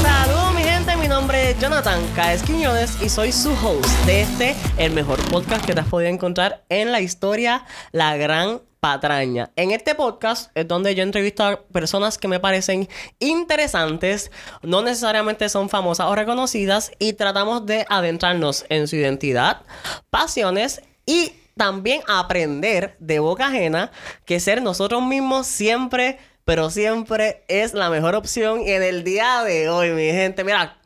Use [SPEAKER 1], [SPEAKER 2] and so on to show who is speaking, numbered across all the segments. [SPEAKER 1] Saludos mi gente, mi nombre es Jonathan Caes Quiñones y soy su host de este, el mejor podcast que te has podido encontrar en la historia, La Gran Patraña. En este podcast es donde yo entrevisto a personas que me parecen interesantes, no necesariamente son famosas o reconocidas y tratamos de adentrarnos en su identidad, pasiones y también aprender de boca ajena que ser nosotros mismos siempre pero siempre es la mejor opción en el día de hoy, mi gente. Mira.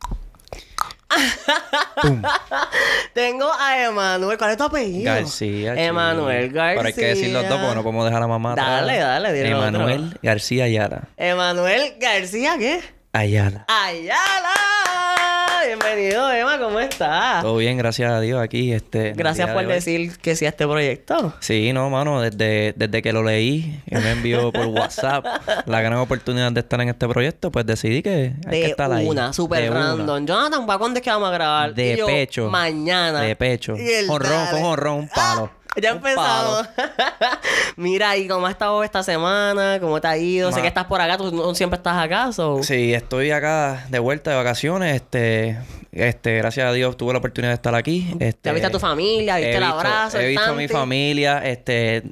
[SPEAKER 1] Tengo a Emanuel. ¿Cuál es tu apellido?
[SPEAKER 2] García. chico.
[SPEAKER 1] Emanuel García.
[SPEAKER 2] Pero hay que decir los dos porque no podemos dejar a mamá. atrás.
[SPEAKER 1] Dale, dale, dile los
[SPEAKER 2] Emanuel García Ayala.
[SPEAKER 1] Emanuel García, ¿qué?
[SPEAKER 2] Ayala.
[SPEAKER 1] ¡Ayala! Bienvenido, Emma, ¿cómo estás?
[SPEAKER 2] Todo bien, gracias a Dios aquí. Este, en el
[SPEAKER 1] Gracias
[SPEAKER 2] día
[SPEAKER 1] por
[SPEAKER 2] de hoy.
[SPEAKER 1] decir que sí a este proyecto.
[SPEAKER 2] Sí, no, mano, desde, desde que lo leí, que me envió por WhatsApp la gran oportunidad de estar en este proyecto, pues decidí que hay que
[SPEAKER 1] De
[SPEAKER 2] estar ahí.
[SPEAKER 1] una,
[SPEAKER 2] De
[SPEAKER 1] super
[SPEAKER 2] una.
[SPEAKER 1] random. Jonathan, ¿para cuándo es que vamos a grabar?
[SPEAKER 2] De
[SPEAKER 1] Y yo,
[SPEAKER 2] pecho.
[SPEAKER 1] Mañana.
[SPEAKER 2] De pecho.
[SPEAKER 1] Y él,
[SPEAKER 2] Honrón,
[SPEAKER 1] dale. Ah.
[SPEAKER 2] con honrón, un palo.
[SPEAKER 1] Ya
[SPEAKER 2] Un palo.
[SPEAKER 1] empezamos. Mira, ¿y cómo has estado esta semana? ¿Cómo te ha ido? Sé
[SPEAKER 2] Ma-
[SPEAKER 1] que estás por acá, tú no siempre estás acá, so...
[SPEAKER 2] Sí, estoy acá de vuelta de vacaciones. Este, este, gracias a Dios tuve la oportunidad de estar aquí. Este,
[SPEAKER 1] ¿Ya viste a tu familia? ¿Viste
[SPEAKER 2] he
[SPEAKER 1] el
[SPEAKER 2] visto-
[SPEAKER 1] abrazo?
[SPEAKER 2] He
[SPEAKER 1] el
[SPEAKER 2] visto a mi
[SPEAKER 1] tanti?
[SPEAKER 2] familia. Este,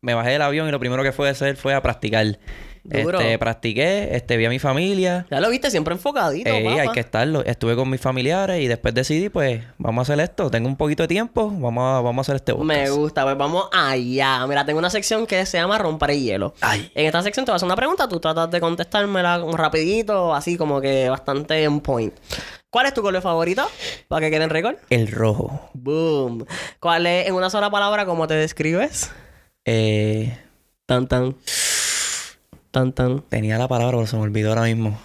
[SPEAKER 2] me bajé del avión y lo primero que fue a hacer fue a practicar.
[SPEAKER 1] Duro.
[SPEAKER 2] Este, practiqué, este, vi a mi familia.
[SPEAKER 1] Ya lo viste siempre enfocadito,
[SPEAKER 2] Eh, hay
[SPEAKER 1] papá.
[SPEAKER 2] que estarlo. Estuve con mis familiares y después decidí, pues, vamos a hacer esto. Tengo un poquito de tiempo, vamos a, vamos a hacer este
[SPEAKER 1] Me
[SPEAKER 2] podcast.
[SPEAKER 1] gusta, pues vamos allá. Mira, tengo una sección que se llama Romper el Hielo.
[SPEAKER 2] Ay.
[SPEAKER 1] En esta sección te vas a hacer una pregunta, tú tratas de contestármela como rapidito, así como que bastante en point. ¿Cuál es tu color favorito? Para que quede en récord.
[SPEAKER 2] El rojo.
[SPEAKER 1] Boom. ¿Cuál es, en una sola palabra, cómo te describes?
[SPEAKER 2] Eh,
[SPEAKER 1] Tan tan. Tan tan.
[SPEAKER 2] tenía la palabra, pero se me olvidó ahora mismo.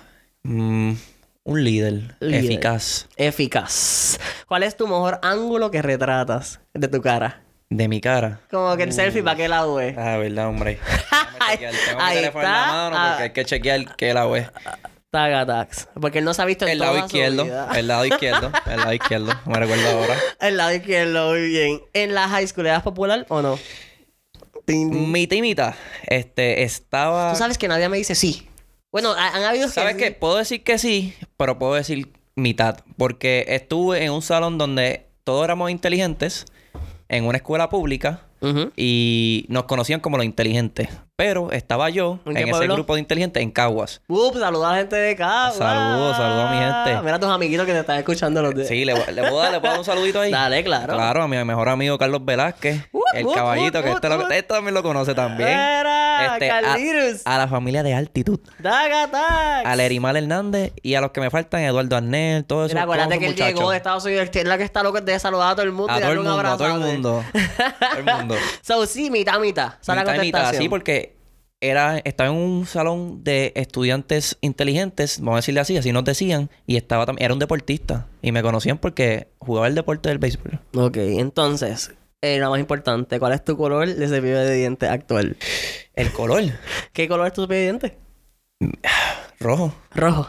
[SPEAKER 2] Mm, un líder,
[SPEAKER 1] Líder.
[SPEAKER 2] eficaz
[SPEAKER 1] Eficaz. ¿Cuál es tu mejor ángulo que retratas de tu cara?
[SPEAKER 2] de mi cara.
[SPEAKER 1] Como que el selfie para que la ve.
[SPEAKER 2] Ah, verdad, hombre. Déjame chequear. Tengo mi
[SPEAKER 1] Ahí
[SPEAKER 2] teléfono en la
[SPEAKER 1] está.
[SPEAKER 2] mano
[SPEAKER 1] Ah.
[SPEAKER 2] porque hay que chequear que la web.
[SPEAKER 1] Tagatax. Porque él no se ha visto en
[SPEAKER 2] El lado
[SPEAKER 1] toda su
[SPEAKER 2] izquierdo.
[SPEAKER 1] vida.
[SPEAKER 2] El lado izquierdo. El lado izquierdo. Me recuerdo ahora.
[SPEAKER 1] El lado izquierdo, muy bien. ¿En la high school eras popular o no? Tin, tin.
[SPEAKER 2] Mita y mitad. Este, estaba...
[SPEAKER 1] Tú sabes que nadie me dice sí. Bueno, ha- han habido... que
[SPEAKER 2] ¿Sabes
[SPEAKER 1] sí.
[SPEAKER 2] qué? Puedo decir que sí, pero puedo decir mitad. Porque estuve en un salón donde todos éramos inteligentes, en una escuela pública,
[SPEAKER 1] Ujú.
[SPEAKER 2] y nos conocían como los inteligentes. Pero estaba yo
[SPEAKER 1] ¿En
[SPEAKER 2] en,
[SPEAKER 1] qué
[SPEAKER 2] ese
[SPEAKER 1] pueblo?
[SPEAKER 2] grupo de inteligentes en Caguas.
[SPEAKER 1] Ups, saluda a la gente de acá.
[SPEAKER 2] Saludos, saludos a mi gente.
[SPEAKER 1] Mira a tus amiguitos que te están escuchando los de...
[SPEAKER 2] Sí, le, voy- le puedo dar, le puedo dar un saludito ahí.
[SPEAKER 1] Dale, claro.
[SPEAKER 2] Claro, a mi mejor amigo Carlos Velázquez,
[SPEAKER 1] Uh,
[SPEAKER 2] el
[SPEAKER 1] uh,
[SPEAKER 2] caballito,
[SPEAKER 1] uh,
[SPEAKER 2] que
[SPEAKER 1] uh,
[SPEAKER 2] este, lo-
[SPEAKER 1] uh.
[SPEAKER 2] este también lo conoce también.
[SPEAKER 1] Eh.
[SPEAKER 2] Este,
[SPEAKER 1] Era,
[SPEAKER 2] a-
[SPEAKER 1] Carlitos.
[SPEAKER 2] a, la familia de Altitud,
[SPEAKER 1] Tagatax.
[SPEAKER 2] a Lerimal Hernández y a los que me faltan, Eduardo Arnel, todo eso.
[SPEAKER 1] Mira, acuérdate
[SPEAKER 2] todos
[SPEAKER 1] que él
[SPEAKER 2] esos muchachos.
[SPEAKER 1] llegó de Estados Unidos. que Es la que está loca de saludar a todo el mundo
[SPEAKER 2] A
[SPEAKER 1] y
[SPEAKER 2] todo
[SPEAKER 1] darle
[SPEAKER 2] el
[SPEAKER 1] un
[SPEAKER 2] mundo, a
[SPEAKER 1] abrazo.
[SPEAKER 2] todo el mundo. todo el mundo.
[SPEAKER 1] So, sí, mitad, mitad. Sale la
[SPEAKER 2] Mitad y mitad,
[SPEAKER 1] contestación.
[SPEAKER 2] sí, porque era, estaba en un salón de estudiantes inteligentes, vamos a decirle así, así nos decían, y estaba también, era un deportista, y me conocían porque jugaba el deporte del béisbol.
[SPEAKER 1] Ok, entonces, eh, lo más importante, ¿cuál es tu color de cepillo de dientes actual?
[SPEAKER 2] El color,
[SPEAKER 1] ¿Qué color es tu cepillo de dientes?
[SPEAKER 2] rojo.
[SPEAKER 1] Rojo.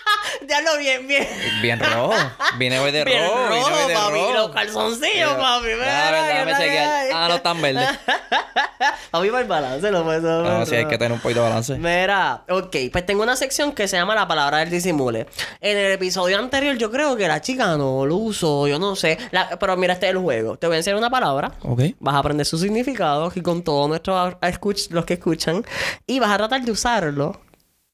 [SPEAKER 1] ya lo bien, bien.
[SPEAKER 2] Bien rojo. Vine hoy de
[SPEAKER 1] Bien
[SPEAKER 2] rojo. vine
[SPEAKER 1] rojo,
[SPEAKER 2] hoy de
[SPEAKER 1] papi.
[SPEAKER 2] rojo.
[SPEAKER 1] Los calzoncillos,
[SPEAKER 2] Mira,
[SPEAKER 1] papi. Mira,
[SPEAKER 2] Dame,
[SPEAKER 1] que
[SPEAKER 2] dame
[SPEAKER 1] la que
[SPEAKER 2] chequear.
[SPEAKER 1] hay.
[SPEAKER 2] Ah, no están verdes.
[SPEAKER 1] Papi, para el balance, lo puedes
[SPEAKER 2] No, sí, hay que tener un poquito de balance.
[SPEAKER 1] Mira, ok, pues tengo una sección que se llama La palabra del disimule. En el episodio anterior, yo creo que la chica no lo usó, yo no sé. La- pero mira, este es el juego. Te voy a enseñar una palabra.
[SPEAKER 2] Ok.
[SPEAKER 1] Vas a aprender su significado y con todos nuestros a- a escuch- los que escuchan. Y vas a tratar de usarlo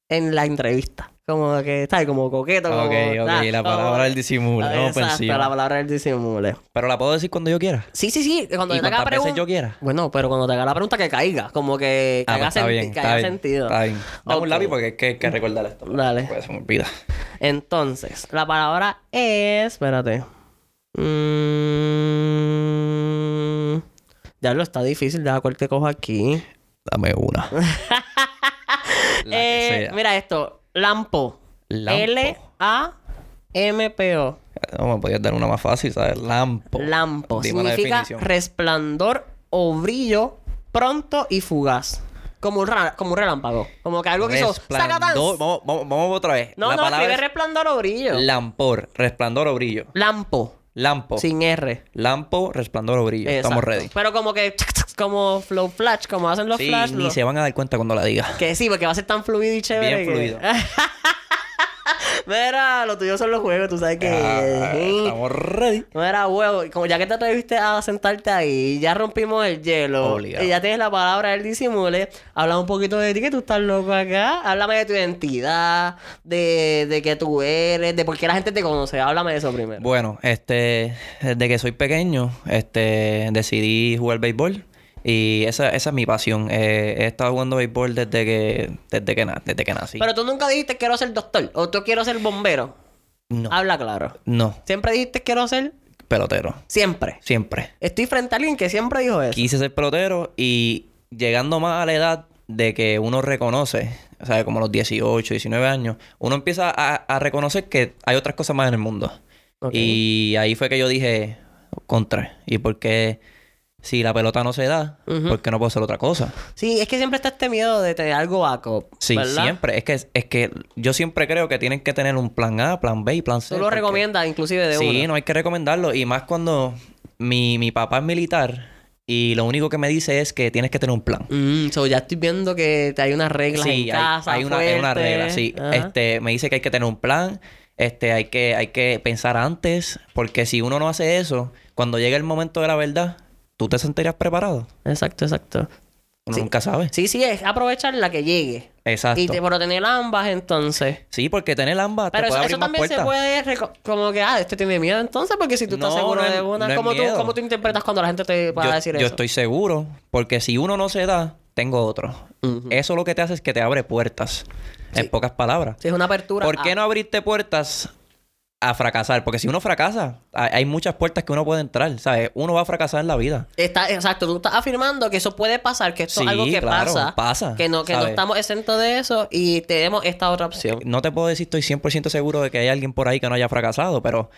[SPEAKER 1] en la entrevista. Como que está como coqueto.
[SPEAKER 2] Ok,
[SPEAKER 1] como-
[SPEAKER 2] ok.
[SPEAKER 1] ah,
[SPEAKER 2] La
[SPEAKER 1] como-
[SPEAKER 2] palabra del disimulo.
[SPEAKER 1] Ah,
[SPEAKER 2] Vamos por
[SPEAKER 1] Exacto,
[SPEAKER 2] encima.
[SPEAKER 1] la palabra del disimule.
[SPEAKER 2] Pero la puedo decir cuando yo quiera.
[SPEAKER 1] Sí, sí, sí. Cuando
[SPEAKER 2] ¿Y
[SPEAKER 1] yo te haga la
[SPEAKER 2] cuántas veces
[SPEAKER 1] pregun-
[SPEAKER 2] yo quiera?
[SPEAKER 1] Bueno, pero cuando te haga la pregunta que caiga. Como que, que
[SPEAKER 2] Ah,
[SPEAKER 1] haga,
[SPEAKER 2] pues, está
[SPEAKER 1] senti-
[SPEAKER 2] bien,
[SPEAKER 1] que
[SPEAKER 2] está
[SPEAKER 1] haga
[SPEAKER 2] bien,
[SPEAKER 1] sentido.
[SPEAKER 2] Está bien. Dame
[SPEAKER 1] Ok.
[SPEAKER 2] un lápiz porque es que hay que recordar esto.
[SPEAKER 1] Dale.
[SPEAKER 2] Pues se me olvida.
[SPEAKER 1] Entonces, la palabra es. Espérate. Mm, Ya lo está difícil, deja cuál te cojo aquí.
[SPEAKER 2] Dame una. La que
[SPEAKER 1] Eh,
[SPEAKER 2] sea.
[SPEAKER 1] mira esto: Lampo.
[SPEAKER 2] Lampo.
[SPEAKER 1] L-A-M-P-O.
[SPEAKER 2] No me podías dar una más fácil, ¿sabes? Lampo.
[SPEAKER 1] Lampo.
[SPEAKER 2] Dime la
[SPEAKER 1] Significa
[SPEAKER 2] definición.
[SPEAKER 1] resplandor o brillo pronto y fugaz. como un, ra- como un relámpago. Como que algo que hizo. ¡Sacatán!
[SPEAKER 2] Resplandor. Vamos, vamos, vamos otra vez.
[SPEAKER 1] No,
[SPEAKER 2] La
[SPEAKER 1] no,
[SPEAKER 2] palabra
[SPEAKER 1] escribe
[SPEAKER 2] es
[SPEAKER 1] resplandor o brillo.
[SPEAKER 2] lampor, resplandor o brillo.
[SPEAKER 1] Lampo.
[SPEAKER 2] Lampo.
[SPEAKER 1] Sin R.
[SPEAKER 2] Lampo, resplandor o brillo. Oh. Estamos
[SPEAKER 1] Exacto.
[SPEAKER 2] ready.
[SPEAKER 1] Pero como que. Como flow flash, como hacen los
[SPEAKER 2] Sí,
[SPEAKER 1] flash.
[SPEAKER 2] ni
[SPEAKER 1] lo-
[SPEAKER 2] se van a dar cuenta cuando la diga.
[SPEAKER 1] Que sí, porque va a ser tan fluido y chévere.
[SPEAKER 2] Bien
[SPEAKER 1] que-
[SPEAKER 2] fluido.
[SPEAKER 1] Mira, lo tuyo son los juegos, tú sabes que.
[SPEAKER 2] Ah, estamos ready.
[SPEAKER 1] No era huevo. Y Como ya que te atreviste a sentarte ahí, ya rompimos el hielo.
[SPEAKER 2] Obligado.
[SPEAKER 1] Y ya tienes la palabra del disimule. Habla un poquito de ti, que tú estás loco acá. Háblame de tu identidad, de, de que tú eres, de por qué la gente te conoce. Háblame de eso primero.
[SPEAKER 2] Bueno, este, desde que soy pequeño, este, decidí jugar béisbol y esa, esa es mi pasión. Eh, he estado jugando béisbol desde que, desde que, na- desde que nací.
[SPEAKER 1] Pero tú nunca dijiste quiero ser doctor o tú quiero ser bombero.
[SPEAKER 2] no,
[SPEAKER 1] Habla claro.
[SPEAKER 2] no,
[SPEAKER 1] Siempre dijiste quiero ser.
[SPEAKER 2] pelotero,
[SPEAKER 1] Siempre.
[SPEAKER 2] siempre.
[SPEAKER 1] Estoy frente a alguien que siempre dijo eso.
[SPEAKER 2] Quise ser pelotero y llegando más a la edad de que uno reconoce, o sea, como los 18, 19 años, uno empieza a, a reconocer que hay otras cosas más en el mundo.
[SPEAKER 1] Ok.
[SPEAKER 2] Y ahí fue que yo dije, contra. ¿Y por qué si la pelota no se da, por qué no puedo hacer otra cosa?
[SPEAKER 1] Sí, es que siempre está este miedo de tener algo backup.
[SPEAKER 2] Sí,
[SPEAKER 1] ¿verdad?
[SPEAKER 2] siempre. Es que, es que yo siempre creo que tienen que tener un plan A, plan B y plan C.
[SPEAKER 1] Tú lo
[SPEAKER 2] porque-
[SPEAKER 1] recomiendas inclusive de
[SPEAKER 2] Sí,
[SPEAKER 1] uno.
[SPEAKER 2] no hay que recomendarlo. Y más cuando mi, mi papá es militar y lo único que me dice es que tienes que tener un plan.
[SPEAKER 1] Mm, so ya estoy viendo que te- hay unas reglas en
[SPEAKER 2] Sí, hay-
[SPEAKER 1] casa.
[SPEAKER 2] hay, una, hay una
[SPEAKER 1] fuertes.
[SPEAKER 2] regla, sí.
[SPEAKER 1] Ajá.
[SPEAKER 2] Este, me dice que hay que tener un plan, este, hay que, hay que pensar antes, porque si uno no hace eso, cuando llega el momento de la verdad, ¿tú te sentirías preparado?
[SPEAKER 1] Exacto, exacto.
[SPEAKER 2] Uno nunca sabe.
[SPEAKER 1] Sí, sí, es aprovechar la que llegue.
[SPEAKER 2] Exacto.
[SPEAKER 1] Y te, pero tener ambas entonces.
[SPEAKER 2] Sí, porque tener ambas
[SPEAKER 1] Pero
[SPEAKER 2] te
[SPEAKER 1] eso,
[SPEAKER 2] puede
[SPEAKER 1] eso
[SPEAKER 2] abrir más
[SPEAKER 1] también se
[SPEAKER 2] puertas.
[SPEAKER 1] puede reco- como que, ah, este tiene miedo entonces, porque si tú estás
[SPEAKER 2] No,
[SPEAKER 1] seguro
[SPEAKER 2] no es-
[SPEAKER 1] de una,
[SPEAKER 2] no es
[SPEAKER 1] ¿cómo, tú,
[SPEAKER 2] miedo.
[SPEAKER 1] ¿cómo tú interpretas cuando la gente te va
[SPEAKER 2] yo,
[SPEAKER 1] a decir
[SPEAKER 2] yo
[SPEAKER 1] eso?
[SPEAKER 2] estoy seguro, porque si uno no se da, tengo otro. Eso lo que te hace es que te abre puertas, en pocas palabras.
[SPEAKER 1] Si es una apertura.
[SPEAKER 2] ¿Por qué
[SPEAKER 1] ah,
[SPEAKER 2] no abrirte puertas a fracasar? Porque si uno fracasa, hay hay muchas puertas que uno puede entrar, ¿sabes? Uno va a fracasar en la vida.
[SPEAKER 1] Está, exacto, tú estás afirmando que eso puede pasar, que esto
[SPEAKER 2] Sí,
[SPEAKER 1] es algo que
[SPEAKER 2] claro,
[SPEAKER 1] pasa.
[SPEAKER 2] pasa,
[SPEAKER 1] Que no, que no
[SPEAKER 2] ¿sabes?
[SPEAKER 1] estamos exentos de eso y tenemos esta otra opción.
[SPEAKER 2] No te puedo decir, estoy 100% seguro de que hay alguien por ahí que no haya fracasado, pero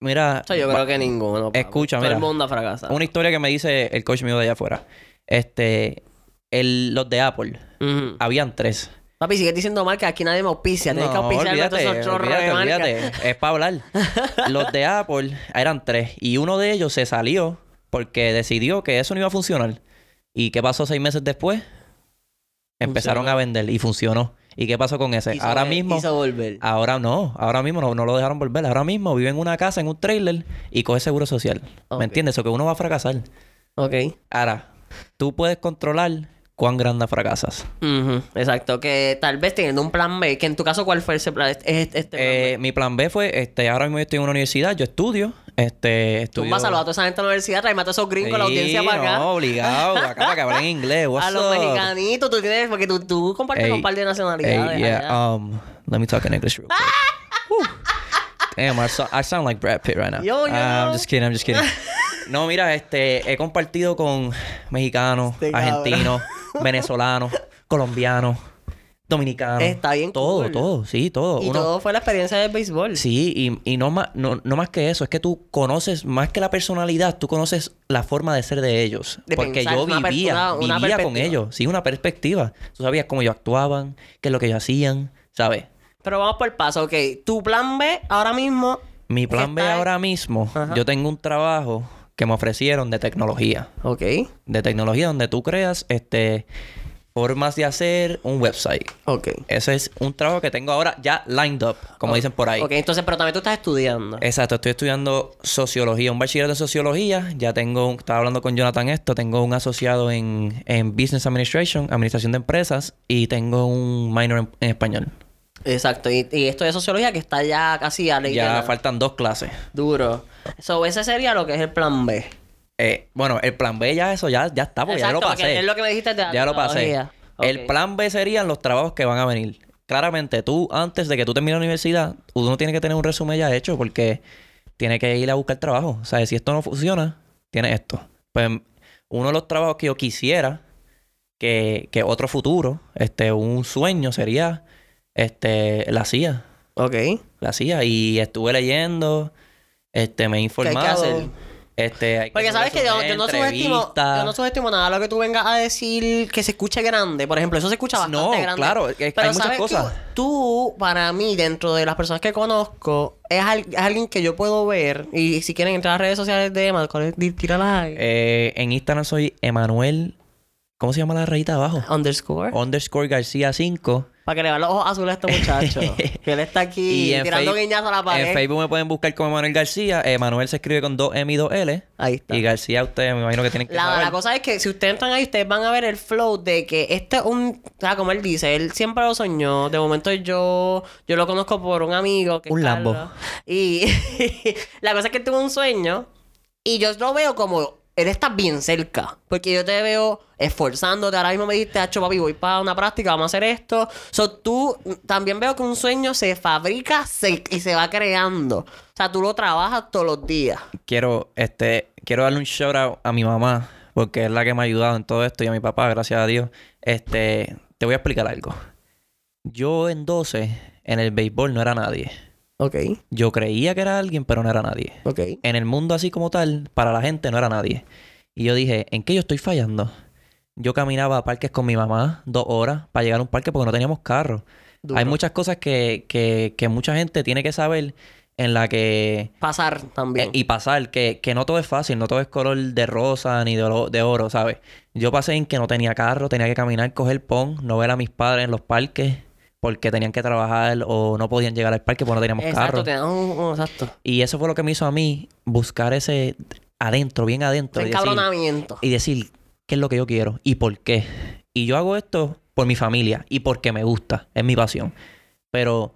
[SPEAKER 2] mira,
[SPEAKER 1] O sea, yo
[SPEAKER 2] va-
[SPEAKER 1] creo que ninguno. papi.
[SPEAKER 2] Escucha,
[SPEAKER 1] Todo
[SPEAKER 2] mira.
[SPEAKER 1] el mundo fracasa.
[SPEAKER 2] una historia que me dice el coach mío de allá afuera. Este, el- los de Apple,
[SPEAKER 1] Ujú.
[SPEAKER 2] habían tres.
[SPEAKER 1] Papi, sigues diciendo marca, aquí nadie me auspicia. Tienes que auspiciarme a todos esos chorros de
[SPEAKER 2] olvídate,
[SPEAKER 1] marca.
[SPEAKER 2] olvídate. Es para hablar. Los de Apple eran tres. Y uno de ellos se salió porque decidió que eso no iba a funcionar. ¿Y qué pasó seis meses después? Empezaron
[SPEAKER 1] Funcionó.
[SPEAKER 2] a vender y funcionó. ¿Y qué pasó con ese?
[SPEAKER 1] Quiso
[SPEAKER 2] ahora
[SPEAKER 1] vol-
[SPEAKER 2] mismo. Ah.
[SPEAKER 1] quiso volver.
[SPEAKER 2] Ahora no, ahora mismo no, no lo dejaron volver. Ahora mismo vive en una casa, en un trailer y coge seguro social.
[SPEAKER 1] Ok.
[SPEAKER 2] ¿Me entiendes? O que uno va a fracasar.
[SPEAKER 1] Ok.
[SPEAKER 2] Ahora, tú puedes controlar cuán grande fracasas.
[SPEAKER 1] Ujú, Exacto. Que tal vez teniendo un plan B, que en tu caso, ¿cuál fue ese plan? Este, este, este plan
[SPEAKER 2] Eh,
[SPEAKER 1] B.
[SPEAKER 2] mi plan B fue, este, ahora mismo yo estoy en una universidad, yo estudio, este,
[SPEAKER 1] Tú
[SPEAKER 2] estudio...
[SPEAKER 1] vas a saludar a toda esa gente en la universidad, tráeme a todos esos gringos, la
[SPEAKER 2] Sí,
[SPEAKER 1] audiencia para acá.
[SPEAKER 2] No, obligado, acá para que hablen inglés, what's
[SPEAKER 1] a los
[SPEAKER 2] up?
[SPEAKER 1] mexicanitos, tú tienes, porque tú, tú compartes con
[SPEAKER 2] Ey,
[SPEAKER 1] un par de
[SPEAKER 2] Hey,
[SPEAKER 1] nacionalidades. allá.
[SPEAKER 2] yeah, um, let me talk in English real quick. Whew. Damn, I, so- I sound like Brad Pitt right now.
[SPEAKER 1] Yo, yo,
[SPEAKER 2] Ah,
[SPEAKER 1] yo.
[SPEAKER 2] I'm just kidding, I'm just kidding. No, mira, este, he compartido con mexicanos,
[SPEAKER 1] Este cabrón.
[SPEAKER 2] argentinos, venezolanos, colombianos, dominicanos.
[SPEAKER 1] Está bien
[SPEAKER 2] Todo,
[SPEAKER 1] cool.
[SPEAKER 2] todo, sí, todo.
[SPEAKER 1] y
[SPEAKER 2] uh, Uno-
[SPEAKER 1] todo fue la experiencia del béisbol.
[SPEAKER 2] Sí, y, y no, más, no, no más que eso, es que tú conoces, más que la personalidad, tú conoces la forma de ser de ellos.
[SPEAKER 1] De
[SPEAKER 2] porque
[SPEAKER 1] pensar,
[SPEAKER 2] yo
[SPEAKER 1] una
[SPEAKER 2] vivía,
[SPEAKER 1] apertura, una
[SPEAKER 2] vivía con
[SPEAKER 1] perspectiva.
[SPEAKER 2] ellos, sí, una perspectiva. Tú sabías cómo ellos actuaban, qué es lo que ellos hacían, ¿sabes?
[SPEAKER 1] Pero vamos por paso, ok. Tu plan B ahora mismo.
[SPEAKER 2] Mi plan B
[SPEAKER 1] Está-
[SPEAKER 2] ahora mismo,
[SPEAKER 1] Ajá.
[SPEAKER 2] yo tengo un trabajo que me ofrecieron de tecnología.
[SPEAKER 1] Ok.
[SPEAKER 2] De tecnología donde tú creas este, formas de hacer un website.
[SPEAKER 1] Ok.
[SPEAKER 2] Ese es un trabajo que tengo ahora ya lined up, como dicen por ahí.
[SPEAKER 1] Ok, entonces, pero también tú estás estudiando.
[SPEAKER 2] Exacto, estoy estudiando sociología, un bachillerato en sociología. Ya tengo, un- estaba hablando con Jonathan esto, tengo un asociado en, en Business Administration, Administración de Empresas, y tengo un minor en, en español.
[SPEAKER 1] Exacto, y, y esto de sociología que está ya casi a ley de
[SPEAKER 2] ya
[SPEAKER 1] nada.
[SPEAKER 2] faltan dos clases.
[SPEAKER 1] duro. So, ese sería lo que es el plan B.
[SPEAKER 2] Eh, bueno, el plan B ya eso ya, ya está, porque ya lo
[SPEAKER 1] porque
[SPEAKER 2] pasé.
[SPEAKER 1] es lo que me dijiste de la
[SPEAKER 2] Ya lo pasé.
[SPEAKER 1] tecnología.
[SPEAKER 2] El
[SPEAKER 1] Ok.
[SPEAKER 2] plan B serían los trabajos que van a venir. Claramente, tú, antes de que tú termines la universidad, uno tiene que tener un resumen ya hecho porque tiene que ir a buscar trabajo. O sea, si esto no funciona, tienes esto. Pues uno de los trabajos que yo quisiera, que, que otro futuro, este, un sueño sería este, la CIA.
[SPEAKER 1] Ok.
[SPEAKER 2] La CIA. Y estuve leyendo, este, me he
[SPEAKER 1] hay que
[SPEAKER 2] informado.
[SPEAKER 1] hacer?
[SPEAKER 2] Este, hay que
[SPEAKER 1] Porque
[SPEAKER 2] hacer
[SPEAKER 1] sabes que yo,
[SPEAKER 2] resumen,
[SPEAKER 1] yo no subestimo,
[SPEAKER 2] entrevista.
[SPEAKER 1] yo no subestimo nada lo que tú vengas a decir que se escuche grande. Por ejemplo, eso se escucha bastante
[SPEAKER 2] No,
[SPEAKER 1] grande.
[SPEAKER 2] claro, es que hay muchas
[SPEAKER 1] ¿sabes qué?
[SPEAKER 2] cosas.
[SPEAKER 1] Tú, para mí, dentro de las personas que conozco, es, al- es alguien que yo puedo ver. Y si quieren entrar a las redes sociales de Emma, ¿cuál es? Di- tíralas ahí.
[SPEAKER 2] Eh, en Instagram soy Emanuel. ¿Cómo se llama la rayita abajo?
[SPEAKER 1] Underscore.
[SPEAKER 2] Underscore García 5.
[SPEAKER 1] Para que le vean los ojos azules a este muchacho. que él está aquí
[SPEAKER 2] en
[SPEAKER 1] tirando
[SPEAKER 2] Face-
[SPEAKER 1] guiñazo a la pared.
[SPEAKER 2] En Facebook me pueden buscar como Emanuel García. Emanuel se escribe con 2 M y 2 L.
[SPEAKER 1] Ahí está.
[SPEAKER 2] Y García, ustedes me imagino que tienen que
[SPEAKER 1] La,
[SPEAKER 2] saber.
[SPEAKER 1] la cosa es que si ustedes entran ahí, ustedes van a ver el flow de que este es un... O sea, como él dice, él siempre lo soñó. De momento yo... Yo lo conozco por un amigo que... es
[SPEAKER 2] Un Lambo.
[SPEAKER 1] Carlos. Y la cosa es que él tuvo un sueño y yo lo veo como... Él está bien cerca. Porque yo te veo esforzándote. Ahora mismo me dijiste, Hacho, papi, voy para una práctica, vamos a hacer esto. So, tú mm, también veo que un sueño se fabrica se- y se va creando. O sea, tú lo trabajas todos los días.
[SPEAKER 2] quiero, este, quiero darle un shout out a mi mamá, porque es la que me ha ayudado en todo esto, y a mi papá, gracias a Dios. Este, te voy a explicar algo. Yo en 12, en el béisbol no era nadie.
[SPEAKER 1] Ok,
[SPEAKER 2] Yo creía que era alguien, pero no era nadie.
[SPEAKER 1] ok.
[SPEAKER 2] En el mundo así como tal, para la gente no era nadie. Y yo dije, ¿en qué yo estoy fallando? Yo caminaba a parques con mi mamá dos horas para llegar a un parque porque no teníamos carro.
[SPEAKER 1] Duro.
[SPEAKER 2] Hay muchas cosas que, que, que mucha gente tiene que saber en la que
[SPEAKER 1] Pasar también.
[SPEAKER 2] eh, Y pasar, que, que no todo es fácil, no todo es color de rosa ni de, oro- de oro, ¿sabes? Yo pasé en que no tenía carro, tenía que caminar, coger pon, no ver a mis padres en los parques porque tenían que trabajar o no podían llegar al parque porque no teníamos
[SPEAKER 1] Exacto,
[SPEAKER 2] carro.
[SPEAKER 1] tenías un, un- exacto.
[SPEAKER 2] Y eso fue lo que me hizo a mí buscar ese adentro, bien adentro.
[SPEAKER 1] Un
[SPEAKER 2] y decir-
[SPEAKER 1] encabronamiento.
[SPEAKER 2] y decir qué es lo que yo quiero y por qué. Y yo hago esto por mi familia y porque me gusta, es mi pasión. Pero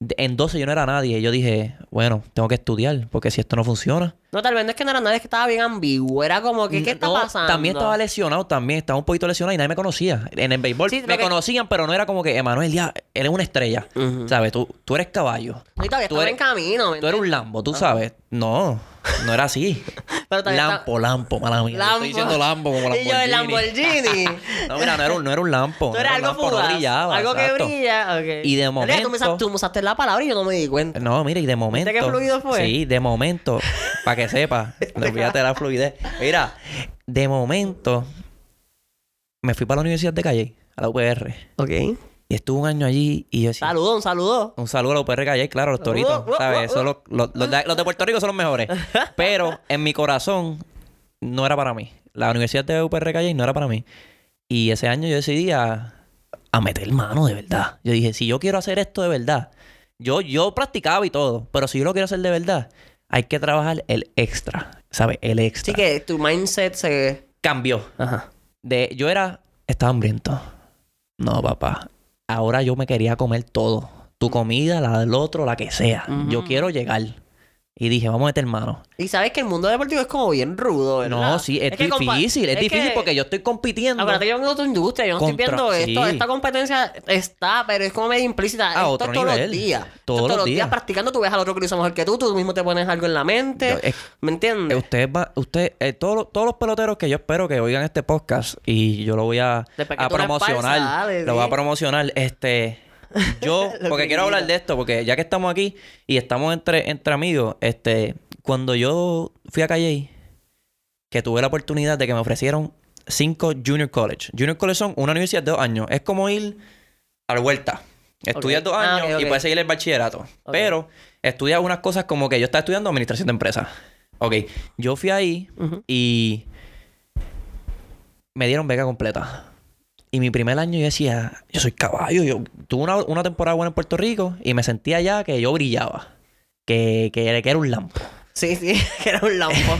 [SPEAKER 2] de- en 12 yo no era nadie. Yo dije, bueno, tengo que estudiar porque si esto no funciona.
[SPEAKER 1] No, tal vez no es que no era nadie, es que estaba bien ambiguo. Era como que, ¿qué está
[SPEAKER 2] No,
[SPEAKER 1] pasando?
[SPEAKER 2] También estaba lesionado, también estaba un poquito lesionado y nadie me conocía. En el béisbol
[SPEAKER 1] Sí, lo
[SPEAKER 2] me
[SPEAKER 1] que-
[SPEAKER 2] conocían, pero no era como que, Emanuel, ya, eres una estrella.
[SPEAKER 1] Ujú.
[SPEAKER 2] ¿Sabes? Tú, tú eres caballo.
[SPEAKER 1] Y todavía
[SPEAKER 2] Tú
[SPEAKER 1] estaba
[SPEAKER 2] eres-
[SPEAKER 1] en camino. ¿me
[SPEAKER 2] Tú eres un Lambo, tú sabes. No, no era así.
[SPEAKER 1] entiendes? Ah. Pero todavía
[SPEAKER 2] Lampo, Lampo, mala mía. Yo
[SPEAKER 1] Lambo.
[SPEAKER 2] Estoy diciendo Lambo como
[SPEAKER 1] estaba-
[SPEAKER 2] Lamborghini.
[SPEAKER 1] Y yo, el Lamborghini.
[SPEAKER 2] No, mira, no era un, no era un lampo.
[SPEAKER 1] Tú
[SPEAKER 2] no
[SPEAKER 1] eres
[SPEAKER 2] era un
[SPEAKER 1] algo
[SPEAKER 2] lampo, no
[SPEAKER 1] fugaz.
[SPEAKER 2] brillaba,
[SPEAKER 1] algo que
[SPEAKER 2] exacto.
[SPEAKER 1] brilla. ok.
[SPEAKER 2] Y de
[SPEAKER 1] En realidad, Tú me, sa-
[SPEAKER 2] momento-
[SPEAKER 1] tú me usaste la palabra y yo no me di cuenta.
[SPEAKER 2] No, mira, y de momento.
[SPEAKER 1] qué fluido fue?
[SPEAKER 2] Sí, de momento. para que sepa. no, Olvídate de la fluidez. Mira, de momento. Me fui para la Universidad de Calle, a la UPR.
[SPEAKER 1] Ok.
[SPEAKER 2] Y estuve un año allí y yo decía.
[SPEAKER 1] Saludo, un saludo.
[SPEAKER 2] Un saludo a la UPR Calle, claro, los toritos.
[SPEAKER 1] Uh, uh,
[SPEAKER 2] ¿Sabes?
[SPEAKER 1] uh,
[SPEAKER 2] Son los, los- los de, los de Puerto Rico son los mejores. Pero en mi corazón no era para mí. La Universidad de UPR Calle no era para mí. Y ese año yo decidí a, a meter mano de verdad. Yo dije, si yo quiero hacer esto de verdad, yo, yo practicaba y todo, pero si yo lo quiero hacer de verdad, hay que trabajar el extra. ¿Sabes? El extra.
[SPEAKER 1] Así que tu mindset se.
[SPEAKER 2] cambió.
[SPEAKER 1] Ajá.
[SPEAKER 2] De, yo era, estaba hambriento. No, papá. Ahora yo me quería comer todo. Tu comida, la del otro, la que sea. Yo
[SPEAKER 1] Ujú.
[SPEAKER 2] quiero llegar. Y dije, vamos a meter mano.
[SPEAKER 1] Y sabes que el mundo deportivo es como bien rudo, ¿verdad?
[SPEAKER 2] No, sí, es,
[SPEAKER 1] que compa-
[SPEAKER 2] difícil. Es,
[SPEAKER 1] que-
[SPEAKER 2] difícil porque yo estoy compitiendo.
[SPEAKER 1] Acuérdate Ah, que yo vengo de otra industria, yo no
[SPEAKER 2] Contra-
[SPEAKER 1] estoy viendo esto.
[SPEAKER 2] sí.
[SPEAKER 1] Esta competencia está, pero es como medio implícita.
[SPEAKER 2] A
[SPEAKER 1] esto
[SPEAKER 2] otro
[SPEAKER 1] es todos
[SPEAKER 2] nivel.
[SPEAKER 1] los días. Esto es
[SPEAKER 2] Todos los días.
[SPEAKER 1] practicando, tú ves al otro que lo hizo mejor que tú, tú mismo te pones algo en la mente.
[SPEAKER 2] Yo- es-
[SPEAKER 1] ¿Me
[SPEAKER 2] Eh,
[SPEAKER 1] entiendes?
[SPEAKER 2] Usted va, usted, eh, todos, los- todos los peloteros que yo espero que oigan este podcast y yo lo voy a,
[SPEAKER 1] Después que
[SPEAKER 2] a
[SPEAKER 1] tú lo
[SPEAKER 2] promocionar.
[SPEAKER 1] esparzas, dale,
[SPEAKER 2] lo voy a
[SPEAKER 1] sí.
[SPEAKER 2] promocionar. Este, yo,
[SPEAKER 1] Lo
[SPEAKER 2] porque
[SPEAKER 1] que
[SPEAKER 2] quiero hablar
[SPEAKER 1] quiera.
[SPEAKER 2] de esto, porque ya que estamos aquí y estamos entre, entre amigos, este, cuando yo fui a Calle, que tuve la oportunidad de que me ofrecieron cinco junior college. Junior college son una universidad de dos años. Es como ir a la vuelta. Estudias
[SPEAKER 1] Ok.
[SPEAKER 2] dos
[SPEAKER 1] Ah,
[SPEAKER 2] años
[SPEAKER 1] ok, ok.
[SPEAKER 2] y puedes seguir el bachillerato.
[SPEAKER 1] Ok.
[SPEAKER 2] Pero estudias unas cosas como que yo estaba estudiando administración de empresas. Ok, yo fui ahí
[SPEAKER 1] Ujú.
[SPEAKER 2] y me dieron beca completa. Y mi primer año yo decía, yo soy caballo. Yo tuve una, una temporada buena en Puerto Rico y me sentía ya que yo brillaba. Que, que, que era un lampo.
[SPEAKER 1] Sí, sí, que era un lampo.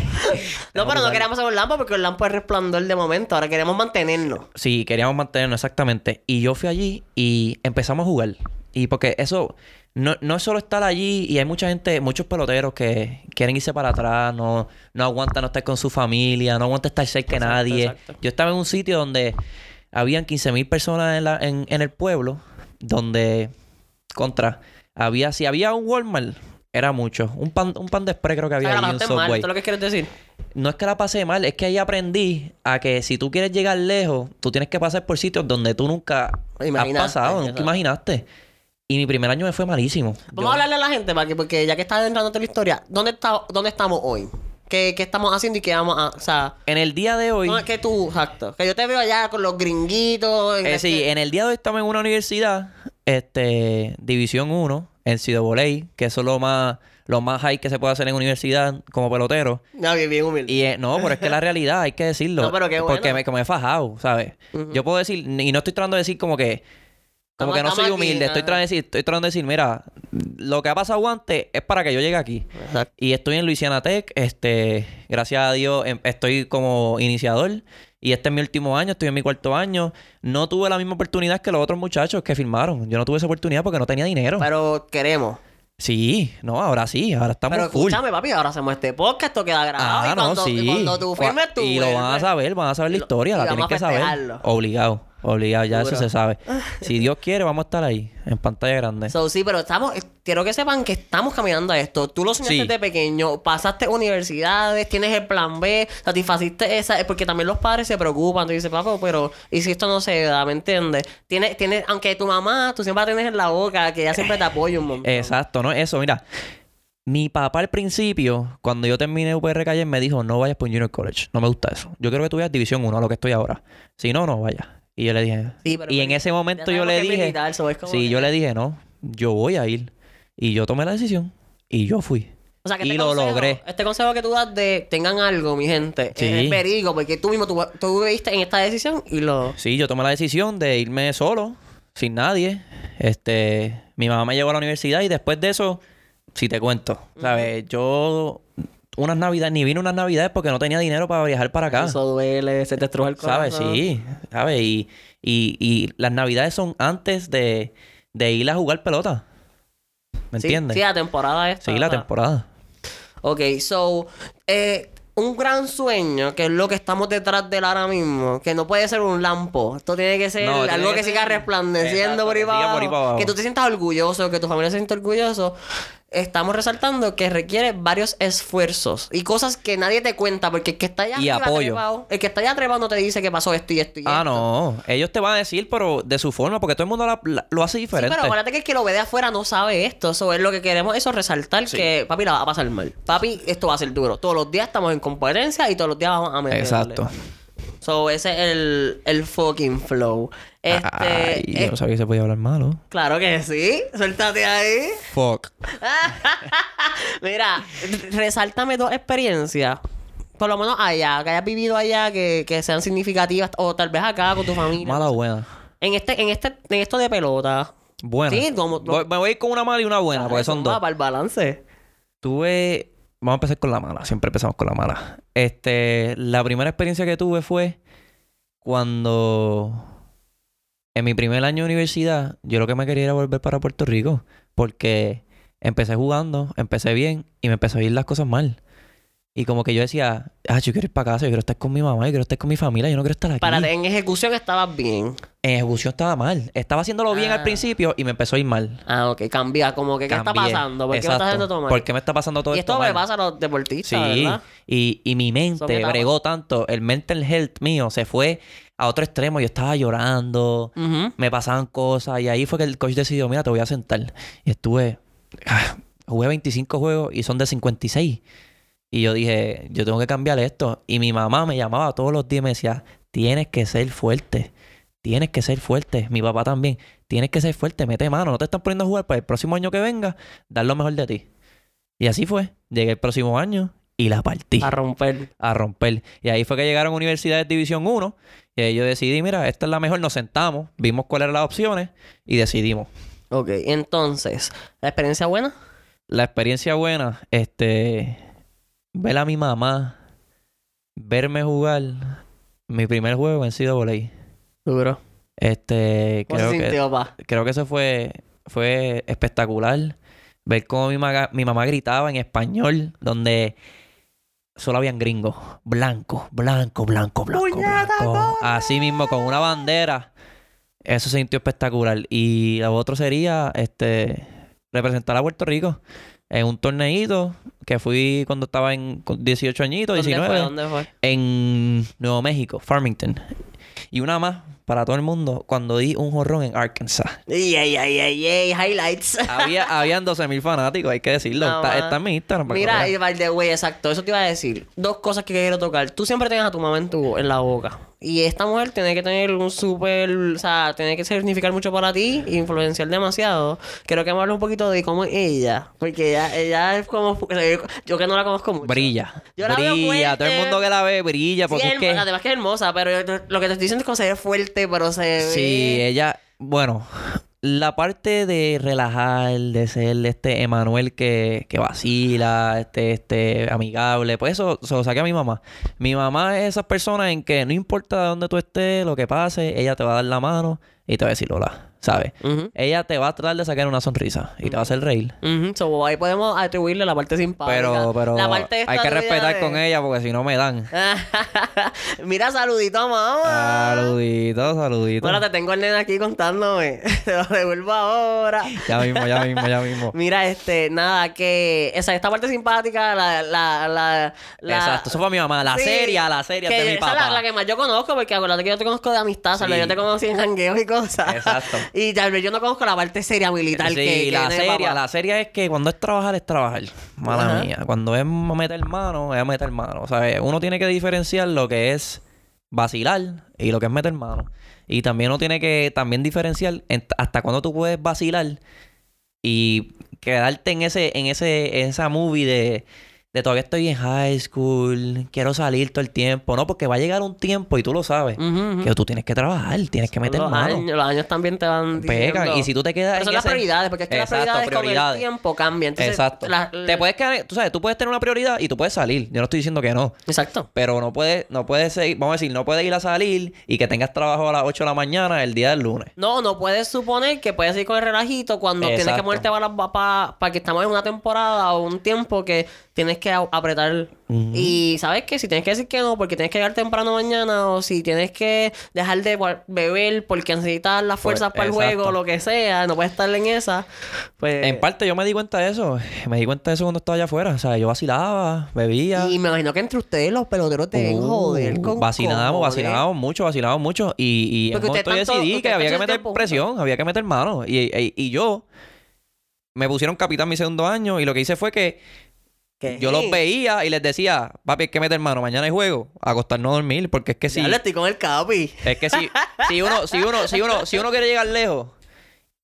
[SPEAKER 1] no, pero no queríamos ser un lampo porque el lampo es resplandor de momento. Ahora queremos mantenernos.
[SPEAKER 2] Sí, queríamos mantenernos exactamente. Y yo fui allí y empezamos a jugar. Y porque eso, no, no es solo estar allí y hay mucha gente, muchos peloteros que quieren irse para atrás, no, no aguantan no estar con su familia, no aguantan estar cerca de
[SPEAKER 1] Exacto,
[SPEAKER 2] nadie.
[SPEAKER 1] exacto.
[SPEAKER 2] Yo estaba en un sitio donde habían 15.000 personas en, la- en, en el pueblo, donde, contra, había, si había un Walmart, era mucho. Un pan, un pan de spray creo que
[SPEAKER 1] O
[SPEAKER 2] había
[SPEAKER 1] sea,
[SPEAKER 2] allí, un
[SPEAKER 1] grabaste mal,
[SPEAKER 2] Subway.
[SPEAKER 1] esto es lo que quieres decir.
[SPEAKER 2] No es que la pasé mal, es que ahí aprendí a que si tú quieres llegar lejos, tú tienes que pasar por sitios donde tú nunca
[SPEAKER 1] Imaginaste,
[SPEAKER 2] has pasado, nunca
[SPEAKER 1] exacto.
[SPEAKER 2] imaginaste. Y mi primer año me fue malísimo.
[SPEAKER 1] Vamos a hablarle a la gente, para que, porque ya que estás adentrándote en la historia, ¿dónde, está, ¿dónde estamos hoy? qué, qué estamos haciendo y qué vamos a... O sea,
[SPEAKER 2] En el día de hoy... eh,
[SPEAKER 1] no es que tú, exacto. Que yo te veo allá con los gringuitos. en
[SPEAKER 2] Eh,
[SPEAKER 1] este-
[SPEAKER 2] sí, en el día de hoy estamos en una universidad, este, División 1, en Sidoboley, que eso es lo más, lo más high que se puede hacer en universidad como pelotero.
[SPEAKER 1] No, bien, bien humilde.
[SPEAKER 2] Y eh, no, pero es que la realidad, hay que decirlo.
[SPEAKER 1] No, pero qué
[SPEAKER 2] Porque
[SPEAKER 1] bueno.
[SPEAKER 2] me, como he fajado, ¿sabes? Yo puedo decir, y no estoy tratando de decir como que.
[SPEAKER 1] Estamos-
[SPEAKER 2] Como que no soy
[SPEAKER 1] estamos aquí,
[SPEAKER 2] humilde, estoy
[SPEAKER 1] ajá.
[SPEAKER 2] tratando de decir, estoy tratando de decir, mira, lo que ha pasado antes es para que yo llegue aquí.
[SPEAKER 1] Exacto.
[SPEAKER 2] Y estoy en Luisiana Tech, este, gracias a Dios em- estoy como iniciador y este es mi último año, estoy en mi cuarto año. No tuve la misma oportunidad que los otros muchachos que firmaron. Yo no tuve esa oportunidad porque no tenía dinero.
[SPEAKER 1] Pero queremos.
[SPEAKER 2] sí, no, ahora sí, ahora estamos
[SPEAKER 1] Pero
[SPEAKER 2] full.
[SPEAKER 1] escúchame, papi, ahora hacemos este podcast, esto queda grabado.
[SPEAKER 2] Ah,
[SPEAKER 1] y
[SPEAKER 2] no,
[SPEAKER 1] cuando,
[SPEAKER 2] sí.
[SPEAKER 1] y cuando tú
[SPEAKER 2] Cua-
[SPEAKER 1] firmes, tú
[SPEAKER 2] Y lo van a
[SPEAKER 1] vuelves.
[SPEAKER 2] saber, van a saber la
[SPEAKER 1] Y lo-
[SPEAKER 2] historia,
[SPEAKER 1] y
[SPEAKER 2] la tienen
[SPEAKER 1] vamos a
[SPEAKER 2] que saber.
[SPEAKER 1] festejarlo.
[SPEAKER 2] Obligado, obligado, ya eso
[SPEAKER 1] Duro.
[SPEAKER 2] se sabe. Si Dios quiere, vamos a estar ahí, en pantalla grande.
[SPEAKER 1] So, sí, pero estamos... eh, Quiero que sepan que estamos caminando a esto. Tú lo soñaste
[SPEAKER 2] Sí.
[SPEAKER 1] de pequeño. Pasaste universidades. Tienes el plan B. Satisfaciste esa... eh, Porque también los padres se preocupan. Tú dices, papá, pero... ¿Y si esto no se da? ¿Me entiendes? Tienes... tienes aunque tu mamá... Tú siempre la tienes en la boca. Que ella siempre te apoya un montón.
[SPEAKER 2] Exacto, ¿no? Eso, mira. Mi papá al principio, cuando yo terminé UPR Calle, me dijo, no vayas por un Junior College. No me gusta eso. Yo quiero que tú vayas División 1, a lo que estoy ahora. Si no, no vayas. Y yo le dije...
[SPEAKER 1] Sí, pero
[SPEAKER 2] y en
[SPEAKER 1] pues,
[SPEAKER 2] ese
[SPEAKER 1] Ya
[SPEAKER 2] momento yo
[SPEAKER 1] sabemos
[SPEAKER 2] le
[SPEAKER 1] que es
[SPEAKER 2] dije...
[SPEAKER 1] militar, so, es como
[SPEAKER 2] Sí,
[SPEAKER 1] que-
[SPEAKER 2] yo le dije, no, yo voy a ir. Y yo tomé la decisión. Y yo fui.
[SPEAKER 1] O sea, que
[SPEAKER 2] y
[SPEAKER 1] este
[SPEAKER 2] lo
[SPEAKER 1] consejo-
[SPEAKER 2] logré.
[SPEAKER 1] Este consejo que tú das de tengan algo, mi gente,
[SPEAKER 2] Sí.
[SPEAKER 1] es el perigo, porque tú mismo tú, tú viviste en esta decisión y lo.
[SPEAKER 2] Sí, yo tomé la decisión de irme solo, sin nadie. Este, mi mamá me llevó a la universidad y después de eso, si te cuento, ¿sabes? Yo unas navidades, ni vine unas navidades porque no tenía dinero para viajar para acá.
[SPEAKER 1] Eso duele, se te estruja el corazón.
[SPEAKER 2] Ah. ¿Sabes? Sí, ¿sabes? Y, y, y las navidades son antes de, de ir a jugar pelota. ¿Me
[SPEAKER 1] Sí,
[SPEAKER 2] entiendes?
[SPEAKER 1] Sí, ah,
[SPEAKER 2] Sí,
[SPEAKER 1] la temporada esta.
[SPEAKER 2] la
[SPEAKER 1] ajá.
[SPEAKER 2] temporada.
[SPEAKER 1] Ok, so, eh, un gran sueño, que es lo que estamos detrás de él ahora mismo, que no puede ser un lampo. Esto tiene que ser
[SPEAKER 2] No, tiene
[SPEAKER 1] algo
[SPEAKER 2] que
[SPEAKER 1] que,
[SPEAKER 2] ser-
[SPEAKER 1] siga resplandeciendo
[SPEAKER 2] Exacto,
[SPEAKER 1] por ahí
[SPEAKER 2] que
[SPEAKER 1] para
[SPEAKER 2] siga por
[SPEAKER 1] abajo,
[SPEAKER 2] ahí para abajo.
[SPEAKER 1] Que tú te sientas orgulloso, que tu familia se sienta orgulloso. Estamos resaltando que requiere varios esfuerzos y cosas que nadie te cuenta, porque el que está allá
[SPEAKER 2] Y
[SPEAKER 1] arriba
[SPEAKER 2] apoyo.
[SPEAKER 1] trepado- el que está allá trepado no te dice que pasó esto y esto y
[SPEAKER 2] Ah,
[SPEAKER 1] esto.
[SPEAKER 2] no. Ellos te van a decir, pero de su forma, porque todo el mundo la- la- lo hace
[SPEAKER 1] Sí,
[SPEAKER 2] diferente.
[SPEAKER 1] pero acuérdate que el que lo ve de afuera no sabe esto. Eso es lo que queremos, eso resaltar que papi la va a pasar mal. Papi, esto va a ser duro. Todos los días estamos en competencia y todos los días vamos a meterle.
[SPEAKER 2] Exacto.
[SPEAKER 1] So, ese es el, el fucking flow. Este,
[SPEAKER 2] Ay, yo
[SPEAKER 1] eh,
[SPEAKER 2] no sabía que se podía hablar malo.
[SPEAKER 1] claro que sí. Suéltate ahí.
[SPEAKER 2] Fuck.
[SPEAKER 1] Mira, resáltame dos experiencias. Por lo menos allá, que hayas vivido allá, que, que sean significativas, o tal vez acá con tu familia.
[SPEAKER 2] Mala o buena.
[SPEAKER 1] En este, en este, en esto de pelota.
[SPEAKER 2] Buena.
[SPEAKER 1] Sí, como-
[SPEAKER 2] Voy- me voy a ir con una mala y una buena, porque pues son dos.
[SPEAKER 1] Para el balance.
[SPEAKER 2] Tuve. Vamos a empezar con la mala. Siempre empezamos con la mala. Este. La primera experiencia que tuve fue cuando. En mi primer año de universidad, yo lo que me quería era volver para Puerto Rico. Porque empecé jugando, empecé bien y me empezó a ir las cosas mal. Y como que yo decía, ah, yo quiero ir para casa, yo quiero estar con mi mamá, yo quiero estar con mi familia, yo no quiero estar aquí.
[SPEAKER 1] Para en ejecución estabas bien.
[SPEAKER 2] En ejecución estaba mal. Estaba haciéndolo bien al
[SPEAKER 1] Ah.
[SPEAKER 2] principio y me empezó a ir mal.
[SPEAKER 1] Ah, ok. Cambia. Como que, ¿qué está
[SPEAKER 2] Cambié.
[SPEAKER 1] pasando? ¿Por qué me
[SPEAKER 2] Exacto.
[SPEAKER 1] estás haciendo tomar?
[SPEAKER 2] ¿Por qué me está pasando todo
[SPEAKER 1] y
[SPEAKER 2] esto
[SPEAKER 1] esto me
[SPEAKER 2] mal?
[SPEAKER 1] pasa a los deportistas,
[SPEAKER 2] Sí,
[SPEAKER 1] ¿verdad?
[SPEAKER 2] y, y mi
[SPEAKER 1] Son
[SPEAKER 2] mente
[SPEAKER 1] etapas.
[SPEAKER 2] bregó tanto, el mental health mío se fue a otro extremo, yo estaba llorando,
[SPEAKER 1] Ujú.
[SPEAKER 2] me pasaban cosas y ahí fue que el coach decidió, mira, te voy a sentar. Y estuve, ah, jugué 25 juegos y son de 56. Y yo dije, yo tengo que cambiar esto. Y mi mamá me llamaba todos los días y me decía, tienes que ser fuerte, tienes que ser fuerte. Mi papá también, tienes que ser fuerte, mete mano, no te están poniendo a jugar para el próximo año que venga, dar lo mejor de ti. Y así fue, llegué el próximo año y la partí
[SPEAKER 1] A romper.
[SPEAKER 2] a romper. Y ahí fue que llegaron universidades División 1 y ahí yo decidí, mira, esta es la mejor, nos sentamos, vimos cuáles eran las opciones y decidimos.
[SPEAKER 1] Ok. Entonces, ¿la experiencia buena?
[SPEAKER 2] La experiencia buena, este, ver a mi mamá, verme jugar mi primer juego en sido
[SPEAKER 1] Duro.
[SPEAKER 2] Este,
[SPEAKER 1] ¿Cómo se
[SPEAKER 2] creo que,
[SPEAKER 1] sintió, pa?
[SPEAKER 2] creo que eso fue, fue espectacular. Ver cómo mi, maga- mi mamá gritaba en español, donde solo habían gringos. Blanco, blanco, blanco, blanco,
[SPEAKER 1] ¡Puñeta,
[SPEAKER 2] blanco. Así mismo, con una bandera. Eso se sintió espectacular. Y lo otro sería este representar a Puerto Rico en un torneito que fui cuando estaba en con 18 añitos,
[SPEAKER 1] ¿Dónde
[SPEAKER 2] 19,
[SPEAKER 1] fue? ¿Dónde fue?
[SPEAKER 2] en Nuevo México, Farmington. Y una más para todo el mundo, cuando di un jorrón en Arkansas.
[SPEAKER 1] Ey, ey, ey, ey, ey, highlights.
[SPEAKER 2] Había, habían 12.000 fanáticos, hay que decirlo.
[SPEAKER 1] Nada
[SPEAKER 2] está,
[SPEAKER 1] más.
[SPEAKER 2] está en mi Instagram. para que
[SPEAKER 1] Mira,
[SPEAKER 2] veas.
[SPEAKER 1] y by the way, exacto, eso te iba a decir. Dos cosas que quiero tocar. Tú siempre tengas a tu mamá en, tu, en la boca. Y esta mujer tiene que tener un súper. O sea, tiene que significar mucho para ti, influenciar demasiado. Quiero que me hables un poquito de cómo es ella. Porque ella, ella es como. Yo que no la conozco mucho.
[SPEAKER 2] brilla.
[SPEAKER 1] Yo la veo fuerte.
[SPEAKER 2] brilla. todo el mundo que la ve brilla.
[SPEAKER 1] Sí,
[SPEAKER 2] Porque es
[SPEAKER 1] herma-
[SPEAKER 2] que.
[SPEAKER 1] Además que es hermosa, pero yo- lo que te estoy diciendo es que se ve fuerte, pero se ve.
[SPEAKER 2] Sí, eh. ella. Bueno, la parte de relajar, de ser este Emanuel que, que vacila, este, este, amigable, pues eso se lo saqué a mi mamá. Mi mamá es esa persona en que no importa de dónde tú estés, lo que pase, ella te va a dar la mano y te va a decir hola, ¿sabes?
[SPEAKER 1] Ujú.
[SPEAKER 2] Ella te va a tratar de sacar una sonrisa y te va a hacer reír.
[SPEAKER 1] Ujú, so, ahí podemos atribuirle la parte simpática.
[SPEAKER 2] Pero, pero
[SPEAKER 1] La parte esta
[SPEAKER 2] hay que
[SPEAKER 1] tuya
[SPEAKER 2] respetar
[SPEAKER 1] de-
[SPEAKER 2] con ella porque si no me dan.
[SPEAKER 1] Mira, saludito a mamá.
[SPEAKER 2] Ah, Saludito, saludito.
[SPEAKER 1] Bueno, te tengo el nene aquí contándome. te lo devuelvo ahora.
[SPEAKER 2] Ya mismo, ya mismo, ya mismo.
[SPEAKER 1] Mira, este, nada, que. Esa, esta parte simpática, la. la, la, la-
[SPEAKER 2] Exacto, eso fue mi mamá. La
[SPEAKER 1] Sí,
[SPEAKER 2] serie, la serie
[SPEAKER 1] que
[SPEAKER 2] de mi
[SPEAKER 1] esa es
[SPEAKER 2] papá.
[SPEAKER 1] la, la que más yo conozco, porque acuérdate que yo te conozco de amistad, ¿sabes?
[SPEAKER 2] Sí.
[SPEAKER 1] Yo te conocí en jangueos y cosas.
[SPEAKER 2] Exacto.
[SPEAKER 1] Y tal vez yo no conozco la parte seria militar
[SPEAKER 2] Sí,
[SPEAKER 1] que, que
[SPEAKER 2] la
[SPEAKER 1] tiene
[SPEAKER 2] serie,
[SPEAKER 1] papá.
[SPEAKER 2] la serie es que cuando es trabajar, es trabajar. Mala
[SPEAKER 1] Ajá.
[SPEAKER 2] mía. Cuando es meter mano, es meter mano. ¿sabes? Uno tiene que diferenciar lo que es vacilar y lo que es meter mano. Y también uno tiene que también diferenciar en- hasta cuándo tú puedes vacilar y quedarte en ese, en ese, en esa movie de, de todavía estoy en high school, quiero salir todo el tiempo. No, porque va a llegar un tiempo y tú lo sabes.
[SPEAKER 1] Ujú, ujú.
[SPEAKER 2] Que tú tienes que trabajar, tienes que meter
[SPEAKER 1] los,
[SPEAKER 2] mano.
[SPEAKER 1] años, los años también te van
[SPEAKER 2] Pegan.
[SPEAKER 1] diciendo-
[SPEAKER 2] Pues, Y si tú te quedas
[SPEAKER 1] Pero son
[SPEAKER 2] en
[SPEAKER 1] las
[SPEAKER 2] ese-
[SPEAKER 1] prioridades, porque es que
[SPEAKER 2] Exacto,
[SPEAKER 1] las prioridades,
[SPEAKER 2] prioridades.
[SPEAKER 1] con el tiempo cambian. Entonces,
[SPEAKER 2] Exacto.
[SPEAKER 1] la-
[SPEAKER 2] Te puedes quedar, tú sabes, tú puedes tener una prioridad y tú puedes salir. Yo no estoy diciendo que no.
[SPEAKER 1] Exacto.
[SPEAKER 2] Pero no puedes, no puedes seguir, vamos a decir, no puedes ir a salir y que tengas trabajo a las 8 de la mañana el día del lunes.
[SPEAKER 1] No, no puedes suponer que puedes ir con el relajito cuando tienes que
[SPEAKER 2] Exacto.
[SPEAKER 1] moverte para, para, que estamos en una temporada o un tiempo que tienes que a- apretar. Y sabes que si tienes que decir que no porque tienes que llegar temprano mañana o si tienes que dejar de bo- beber porque necesitas las fuerzas para el
[SPEAKER 2] Pues, exacto.
[SPEAKER 1] juego o lo que sea, no puedes estar en esa, pues...
[SPEAKER 2] En parte yo me di cuenta de eso. Me di cuenta de eso cuando estaba allá afuera. O sea, yo vacilaba, bebía.
[SPEAKER 1] Y me imagino que entre ustedes los peloteros te deben
[SPEAKER 2] Uh,
[SPEAKER 1] joder con
[SPEAKER 2] Vacilábamos,
[SPEAKER 1] cojones.
[SPEAKER 2] vacilábamos mucho, vacilábamos mucho. Y, y en
[SPEAKER 1] Porque
[SPEAKER 2] un
[SPEAKER 1] usted
[SPEAKER 2] momento yo
[SPEAKER 1] tanto-
[SPEAKER 2] decidí
[SPEAKER 1] usted
[SPEAKER 2] que había
[SPEAKER 1] tanto
[SPEAKER 2] que meter
[SPEAKER 1] tiempo juntos.
[SPEAKER 2] presión, había que meter mano. Y, y- y yo me pusieron capitán mi segundo año y lo que hice fue que
[SPEAKER 1] ¿Qué?
[SPEAKER 2] yo los veía y les decía, papi, hay que meter mano, mañana hay juego, acostarnos a dormir, porque es que si...
[SPEAKER 1] Ya le estoy con el capi.
[SPEAKER 2] Es que si, si uno, si uno, si uno, si uno quiere llegar lejos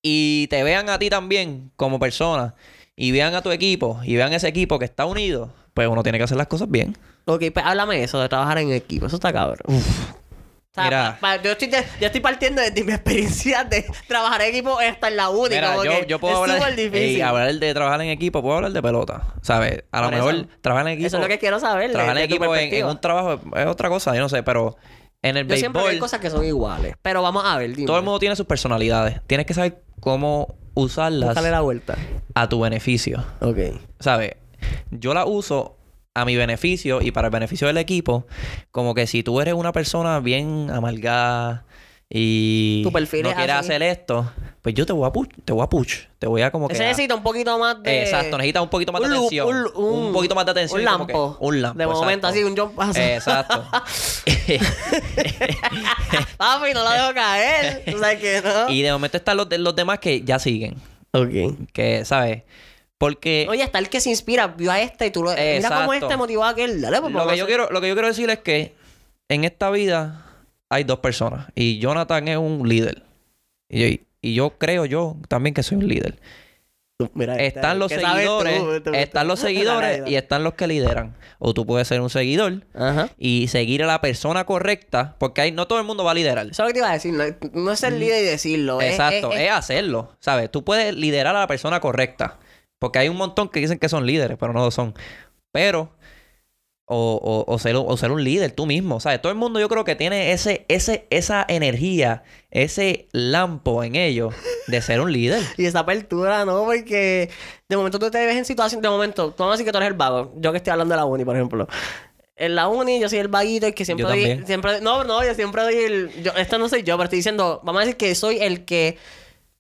[SPEAKER 2] y te vean a ti también como persona y vean a tu equipo y vean ese equipo que está unido, pues uno tiene que hacer las cosas bien.
[SPEAKER 1] Ok, pues háblame eso de trabajar en equipo. Eso está cabrón. O sea,
[SPEAKER 2] Mira.
[SPEAKER 1] pa- pa- yo, estoy de- yo estoy partiendo desde mi experiencia de trabajar en equipo hasta en la única.
[SPEAKER 2] Mira,
[SPEAKER 1] como
[SPEAKER 2] yo,
[SPEAKER 1] que
[SPEAKER 2] yo puedo
[SPEAKER 1] es
[SPEAKER 2] hablar,
[SPEAKER 1] súper difícil.
[SPEAKER 2] Ey, hablar de trabajar en equipo, puedo hablar de pelota, ¿sabes? A lo
[SPEAKER 1] Por eso.
[SPEAKER 2] mejor trabajar en equipo,
[SPEAKER 1] Eso es lo que quiero saber.
[SPEAKER 2] trabajar en
[SPEAKER 1] desde tu
[SPEAKER 2] equipo en, en
[SPEAKER 1] perspectiva.
[SPEAKER 2] un trabajo es otra cosa, yo no sé, pero en el
[SPEAKER 1] Yo siempre veo
[SPEAKER 2] béisbol
[SPEAKER 1] cosas que son iguales. Pero vamos a ver, dime.
[SPEAKER 2] todo el mundo tiene sus personalidades, tienes que saber cómo usarlas
[SPEAKER 1] Búscale la vuelta.
[SPEAKER 2] a tu beneficio.
[SPEAKER 1] Ok.
[SPEAKER 2] ¿sabes? Yo la uso a mi beneficio y para el beneficio del equipo, como que si tú eres una persona bien amargada y
[SPEAKER 1] Tu perfil
[SPEAKER 2] no
[SPEAKER 1] es
[SPEAKER 2] quieres
[SPEAKER 1] así.
[SPEAKER 2] hacer esto, pues yo te voy a push, te voy a push, te voy a como que
[SPEAKER 1] Ese
[SPEAKER 2] a-
[SPEAKER 1] necesita un poquito más de...
[SPEAKER 2] ah. Exacto, necesitas un poquito más
[SPEAKER 1] un
[SPEAKER 2] de
[SPEAKER 1] lu-
[SPEAKER 2] atención.
[SPEAKER 1] un-
[SPEAKER 2] un,
[SPEAKER 1] un-
[SPEAKER 2] poquito más de atención.
[SPEAKER 1] un
[SPEAKER 2] y como que-
[SPEAKER 1] lampo.
[SPEAKER 2] un lampo.
[SPEAKER 1] De momento,
[SPEAKER 2] exacto.
[SPEAKER 1] así, un jump pass.
[SPEAKER 2] Exacto.
[SPEAKER 1] Papi, no la dejo caer. o sea que no.
[SPEAKER 2] y de momento están los, de- los demás que ya siguen.
[SPEAKER 1] Ok.
[SPEAKER 2] Que, ¿sabes? Porque
[SPEAKER 1] Oye, hasta el que se inspira vio a este y tú lo... Mira cómo
[SPEAKER 2] Eh. Exacto.
[SPEAKER 1] este motivó a aquel. Dale, pues
[SPEAKER 2] lo
[SPEAKER 1] vamos a
[SPEAKER 2] que, yo
[SPEAKER 1] hacer-
[SPEAKER 2] quiero, lo que yo quiero decir es que en esta vida hay dos personas y Jonathan es un líder. Y, y yo creo yo también que soy un líder.
[SPEAKER 1] Tú, mira,
[SPEAKER 2] Están los
[SPEAKER 1] Este, ¿qué sabes tú? Este,
[SPEAKER 2] seguidores,
[SPEAKER 1] Tú- tú-
[SPEAKER 2] están los
[SPEAKER 1] tú-
[SPEAKER 2] seguidores
[SPEAKER 1] Dale,
[SPEAKER 2] y están los que lideran. O tú puedes ser un seguidor
[SPEAKER 1] dale. Ajá.
[SPEAKER 2] y seguir a la persona correcta porque ahí no todo el mundo va a liderar.
[SPEAKER 1] Eso es lo que te iba a decir. No, no es ser líder y decirlo. ¿eh? es-
[SPEAKER 2] Exacto,
[SPEAKER 1] es-
[SPEAKER 2] es,
[SPEAKER 1] es-
[SPEAKER 2] hacerlo, ¿sabes? Tú puedes liderar a la persona correcta. Porque hay un montón que dicen que son líderes, pero no lo son. Pero, o, o- o ser, un- o ser un líder tú mismo, ¿sabes? Todo el mundo yo creo que tiene ese, ese, esa energía, ese lampo en ellos de ser un líder.
[SPEAKER 1] Y esa apertura, ¿no? Porque de momento tú te ves en situación... De momento, tú vamos a decir que tú eres el vago. Yo que estoy hablando de la uni, por ejemplo. En la uni yo soy el vaguito y que siempre
[SPEAKER 2] Yo
[SPEAKER 1] doy...
[SPEAKER 2] también.
[SPEAKER 1] Siempre, no, no, yo siempre doy el... Yo, esto no soy yo, pero estoy diciendo... Vamos a decir que soy el que...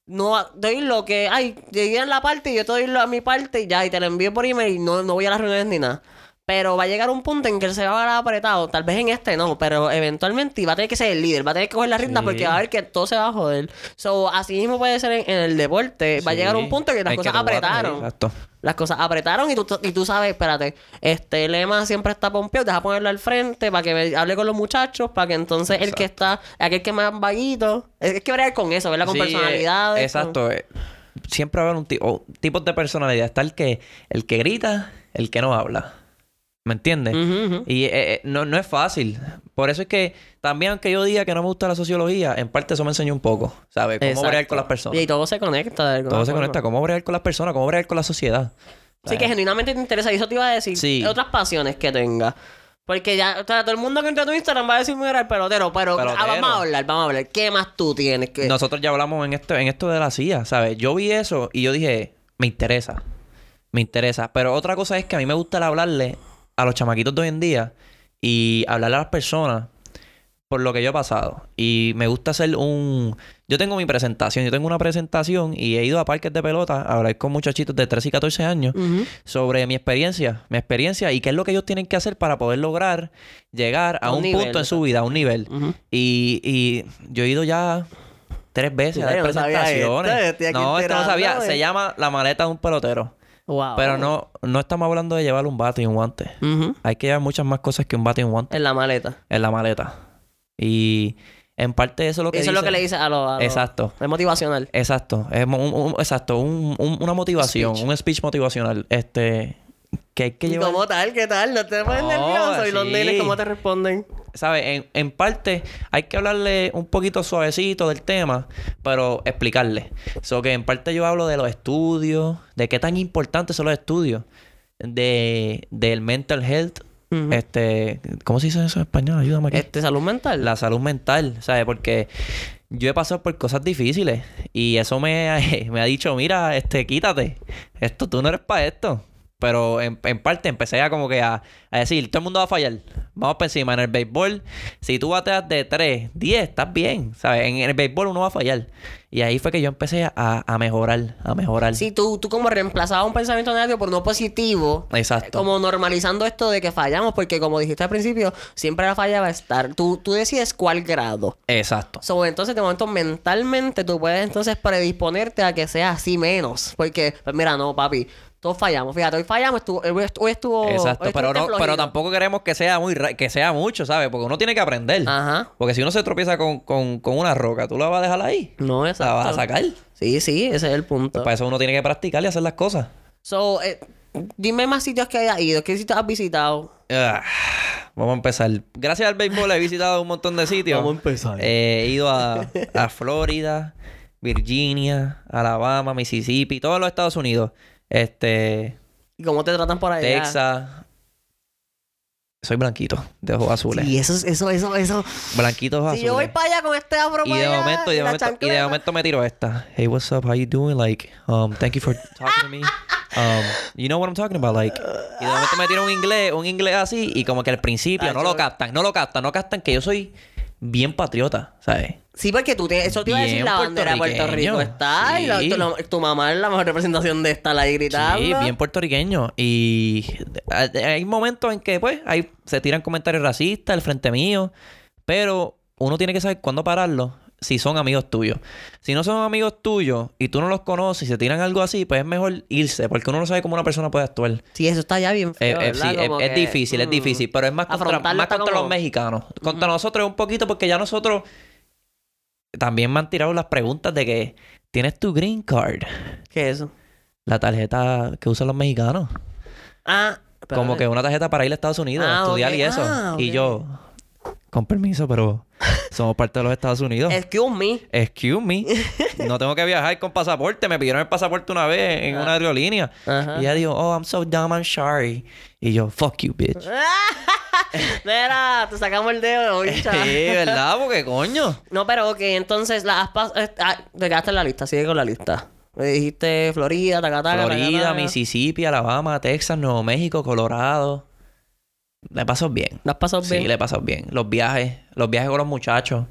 [SPEAKER 1] No, doy lo que... Ay, llegué a la parte y yo te doy lo- a mi parte y ya. Y te lo envío por email y no, no voy a las reuniones ni nada. Pero va a llegar un punto en que él se va a ver apretado. Tal vez en este no, pero eventualmente va a tener que ser el líder, va a tener que coger la rienda
[SPEAKER 2] Sí.
[SPEAKER 1] porque va a ver que todo se va a joder. So, así mismo puede ser en, en el deporte. Va a llegar un punto que las
[SPEAKER 2] En
[SPEAKER 1] cosas
[SPEAKER 2] tú vas a tener-
[SPEAKER 1] apretaron.
[SPEAKER 2] Exacto.
[SPEAKER 1] Las cosas apretaron y tú, y tú sabes, espérate, este lema siempre está pompeado, deja ponerlo al frente para que me- hable con los muchachos, para que entonces el que está, aquel que es más vaguito, es, es que ver con eso, ¿verdad? Con
[SPEAKER 2] Sí, eh,
[SPEAKER 1] personalidades. con-
[SPEAKER 2] exacto. eh, Siempre va a haber un tipo, tipos de personalidad. Está el que, el que grita, el que no habla. ¿Me entiendes?
[SPEAKER 1] Ujú, ujú.
[SPEAKER 2] Y eh, eh, no, no es fácil. Por eso es que también aunque yo diga que no me gusta la sociología, en parte eso me enseñó un poco, ¿sabes? Cómo
[SPEAKER 1] Exacto.
[SPEAKER 2] bregar con las personas.
[SPEAKER 1] Y todo se conecta. de alguna
[SPEAKER 2] Todo se
[SPEAKER 1] forma.
[SPEAKER 2] conecta. Cómo bregar con las personas, cómo bregar con la sociedad.
[SPEAKER 1] Así que genuinamente te interesa. Y eso te iba a decir.
[SPEAKER 2] Sí.
[SPEAKER 1] Otras pasiones que tengas. Porque ya, o sea, todo el mundo que entra a tu Instagram va a decir, mira, el pelotero. Pero ah,
[SPEAKER 2] Pelotero.
[SPEAKER 1] vamos a hablar, vamos a hablar. ¿Qué más tú tienes? que
[SPEAKER 2] Nosotros ya hablamos en esto, en esto de la CIA, ¿sabes? Yo vi eso y yo dije, me interesa. Me interesa. Pero otra cosa es que a mí me gusta el hablarle a los chamaquitos de hoy en día y hablarle a las personas por lo que yo he pasado. Y me gusta hacer un... Yo tengo mi presentación. Yo tengo una presentación y he ido a parques de pelota a hablar con muchachitos de 13 y 14 años
[SPEAKER 1] Ujú.
[SPEAKER 2] sobre mi experiencia. Mi experiencia y qué es lo que ellos tienen que hacer para poder lograr llegar a
[SPEAKER 1] Un
[SPEAKER 2] un,
[SPEAKER 1] nivel,
[SPEAKER 2] punto en
[SPEAKER 1] exacto.
[SPEAKER 2] su vida, a un nivel.
[SPEAKER 1] Ujú.
[SPEAKER 2] Y, y yo he ido ya tres veces a
[SPEAKER 1] Mira,
[SPEAKER 2] dar
[SPEAKER 1] yo no sabía
[SPEAKER 2] presentaciones.
[SPEAKER 1] esto, yo estoy aquí
[SPEAKER 2] no, esto no sabía.
[SPEAKER 1] enterándome.
[SPEAKER 2] Se llama la maleta de un pelotero.
[SPEAKER 1] Wow.
[SPEAKER 2] Pero no, no estamos hablando de llevar un bate y un guante.
[SPEAKER 1] Ujú.
[SPEAKER 2] Hay que llevar muchas más cosas que un bate y un guante
[SPEAKER 1] En la maleta.
[SPEAKER 2] en la maleta. Y en parte eso es lo que
[SPEAKER 1] Eso es lo
[SPEAKER 2] dice-
[SPEAKER 1] que le dices a los. a los-
[SPEAKER 2] Exacto.
[SPEAKER 1] Es motivacional.
[SPEAKER 2] Exacto, es mo- un- un- exacto, un- un- una motivación,
[SPEAKER 1] Speech.
[SPEAKER 2] un speech motivacional, este, que hay que
[SPEAKER 1] ¿Y
[SPEAKER 2] llevar.
[SPEAKER 1] ¿Cómo tal? ¿Qué tal? ¿No te pones
[SPEAKER 2] No,
[SPEAKER 1] nervioso? ¿Y los
[SPEAKER 2] Oh, sí.
[SPEAKER 1] nenes cómo te responden?
[SPEAKER 2] ¿sabes? En, en parte hay que hablarle un poquito suavecito del tema, pero explicarle. So que en parte yo hablo de los estudios, de qué tan importantes son los estudios, de, del mental health,
[SPEAKER 1] Ujú.
[SPEAKER 2] este, ¿cómo se dice eso en español? Ayúdame aquí.
[SPEAKER 1] Este, salud mental.
[SPEAKER 2] La salud mental, ¿sabes? Porque yo he pasado por cosas difíciles y eso me, ha- me ha dicho, mira, este, quítate. Esto, tú no eres para esto. Pero en, en parte empecé a como que a, a decir, todo el mundo va a fallar. Vamos para encima. En el béisbol, si tú bateas de 3, 10, estás bien, ¿sabes? En, el béisbol uno va a fallar. Y ahí fue que yo empecé a, a mejorar, a mejorar.
[SPEAKER 1] Sí, tú, tú como reemplazabas un pensamiento negativo por uno positivo.
[SPEAKER 2] Exacto.
[SPEAKER 1] Como normalizando esto de que fallamos, porque como dijiste al principio, siempre la falla va a estar. Tú, tú decides cuál grado.
[SPEAKER 2] Exacto.
[SPEAKER 1] So, entonces, de momento, mentalmente, tú puedes entonces predisponerte a que sea así menos. Porque, pues mira, no, papi, todos fallamos. Fíjate, hoy fallamos, estuvo- hoy estu- hoy estuvo...
[SPEAKER 2] Exacto,
[SPEAKER 1] hoy
[SPEAKER 2] pero,
[SPEAKER 1] estuviste
[SPEAKER 2] no, pero
[SPEAKER 1] flojito.
[SPEAKER 2] tampoco queremos que sea muy ra- que sea mucho, ¿sabes? Porque uno tiene que aprender.
[SPEAKER 1] Ajá.
[SPEAKER 2] Porque si uno se tropieza con, con, con una roca, tú la vas a dejar ahí.
[SPEAKER 1] No,
[SPEAKER 2] La
[SPEAKER 1] exacto.
[SPEAKER 2] vas a sacar.
[SPEAKER 1] Sí, sí, ese es el punto.
[SPEAKER 2] Para eso uno tiene que practicar y hacer las cosas.
[SPEAKER 1] So, eh, dime más sitios que hayas ido. ¿Qué sitios has visitado?
[SPEAKER 2] Ah, vamos a empezar. Gracias al béisbol he visitado un montón de sitios.
[SPEAKER 1] Vamos a empezar.
[SPEAKER 2] Eh, he ido a, a Florida, Virginia, Alabama, Mississippi, todos los Estados Unidos. Este,
[SPEAKER 1] ¿Y cómo te tratan por allá?
[SPEAKER 2] Texas. Soy blanquito, de ojos azules.
[SPEAKER 1] Y eso, es- eso, eso, eso...
[SPEAKER 2] Blanquitos
[SPEAKER 1] Si
[SPEAKER 2] azules.
[SPEAKER 1] yo voy para allá con este afro
[SPEAKER 2] Ah, Y
[SPEAKER 1] para
[SPEAKER 2] de
[SPEAKER 1] allá,
[SPEAKER 2] momento, y de
[SPEAKER 1] la
[SPEAKER 2] momento, y de
[SPEAKER 1] chancleta.
[SPEAKER 2] momento me tiro esta. Hey, what's up? How you doing? Like, um, thank you for talking to me. Um, you know what I'm talking about, like. Y de momento me tiro un inglés, un inglés así, y como que al principio no lo captan, no lo captan, no captan que yo soy bien patriota, ¿sabes?
[SPEAKER 1] Sí, porque tú tienes... Eso te iba a decir
[SPEAKER 2] Bien
[SPEAKER 1] la bandera de Puerto Rico.
[SPEAKER 2] puertorriqueño.
[SPEAKER 1] Está. Y la-
[SPEAKER 2] Sí.
[SPEAKER 1] tu, la- tu mamá es la mejor representación de esta. La ahí gritando.
[SPEAKER 2] Sí, bien puertorriqueño. Y a- hay momentos en que, pues, hay, se tiran comentarios racistas al frente mío. Pero uno tiene que saber cuándo pararlo si son amigos tuyos. Si no son amigos tuyos y tú no los conoces y se tiran algo así, pues es mejor irse. Porque uno no sabe cómo una persona puede actuar.
[SPEAKER 1] Sí, eso está ya bien
[SPEAKER 2] Eh,
[SPEAKER 1] feo,
[SPEAKER 2] eh, sí,
[SPEAKER 1] ¿verdad?
[SPEAKER 2] es,
[SPEAKER 1] Como
[SPEAKER 2] es
[SPEAKER 1] que,
[SPEAKER 2] difícil, es
[SPEAKER 1] mm.
[SPEAKER 2] difícil. Pero es más contra,
[SPEAKER 1] Afrontarlo
[SPEAKER 2] más
[SPEAKER 1] está
[SPEAKER 2] contra
[SPEAKER 1] como-
[SPEAKER 2] los mexicanos. Contra nosotros es un poquito porque ya nosotros... También me han tirado las preguntas de que... ¿Tienes tu green card?
[SPEAKER 1] ¿Qué es eso?
[SPEAKER 2] La tarjeta que usan los mexicanos.
[SPEAKER 1] Ah, espérate.
[SPEAKER 2] Como que una tarjeta para ir a Estados Unidos,
[SPEAKER 1] Ah,
[SPEAKER 2] a estudiar
[SPEAKER 1] ok.
[SPEAKER 2] y eso.
[SPEAKER 1] Ah, ok.
[SPEAKER 2] Y yo, con permiso, pero somos parte de los Estados Unidos.
[SPEAKER 1] Excuse me.
[SPEAKER 2] Excuse me. No tengo que viajar con pasaporte. Me pidieron el pasaporte una vez en
[SPEAKER 1] Ah.
[SPEAKER 2] una aerolínea.
[SPEAKER 1] Ajá.
[SPEAKER 2] Y ella dijo, oh, I'm so dumb, I'm sorry. Y yo, fuck you, bitch.
[SPEAKER 1] Mira, te sacamos el dedo, bicha.
[SPEAKER 2] Sí, ¿verdad? Porque coño.
[SPEAKER 1] No, pero ok, entonces la has pas- eh, ah, te quedaste en la lista, sigue con la lista. Me dijiste Florida, Tacataca.
[SPEAKER 2] Florida,
[SPEAKER 1] Tacataca.
[SPEAKER 2] Mississippi, Alabama, Texas, Nuevo México, Colorado. Le pasó bien.
[SPEAKER 1] ¿La has pasado
[SPEAKER 2] Sí,
[SPEAKER 1] bien?
[SPEAKER 2] le pasó bien. Los viajes, los viajes con los muchachos.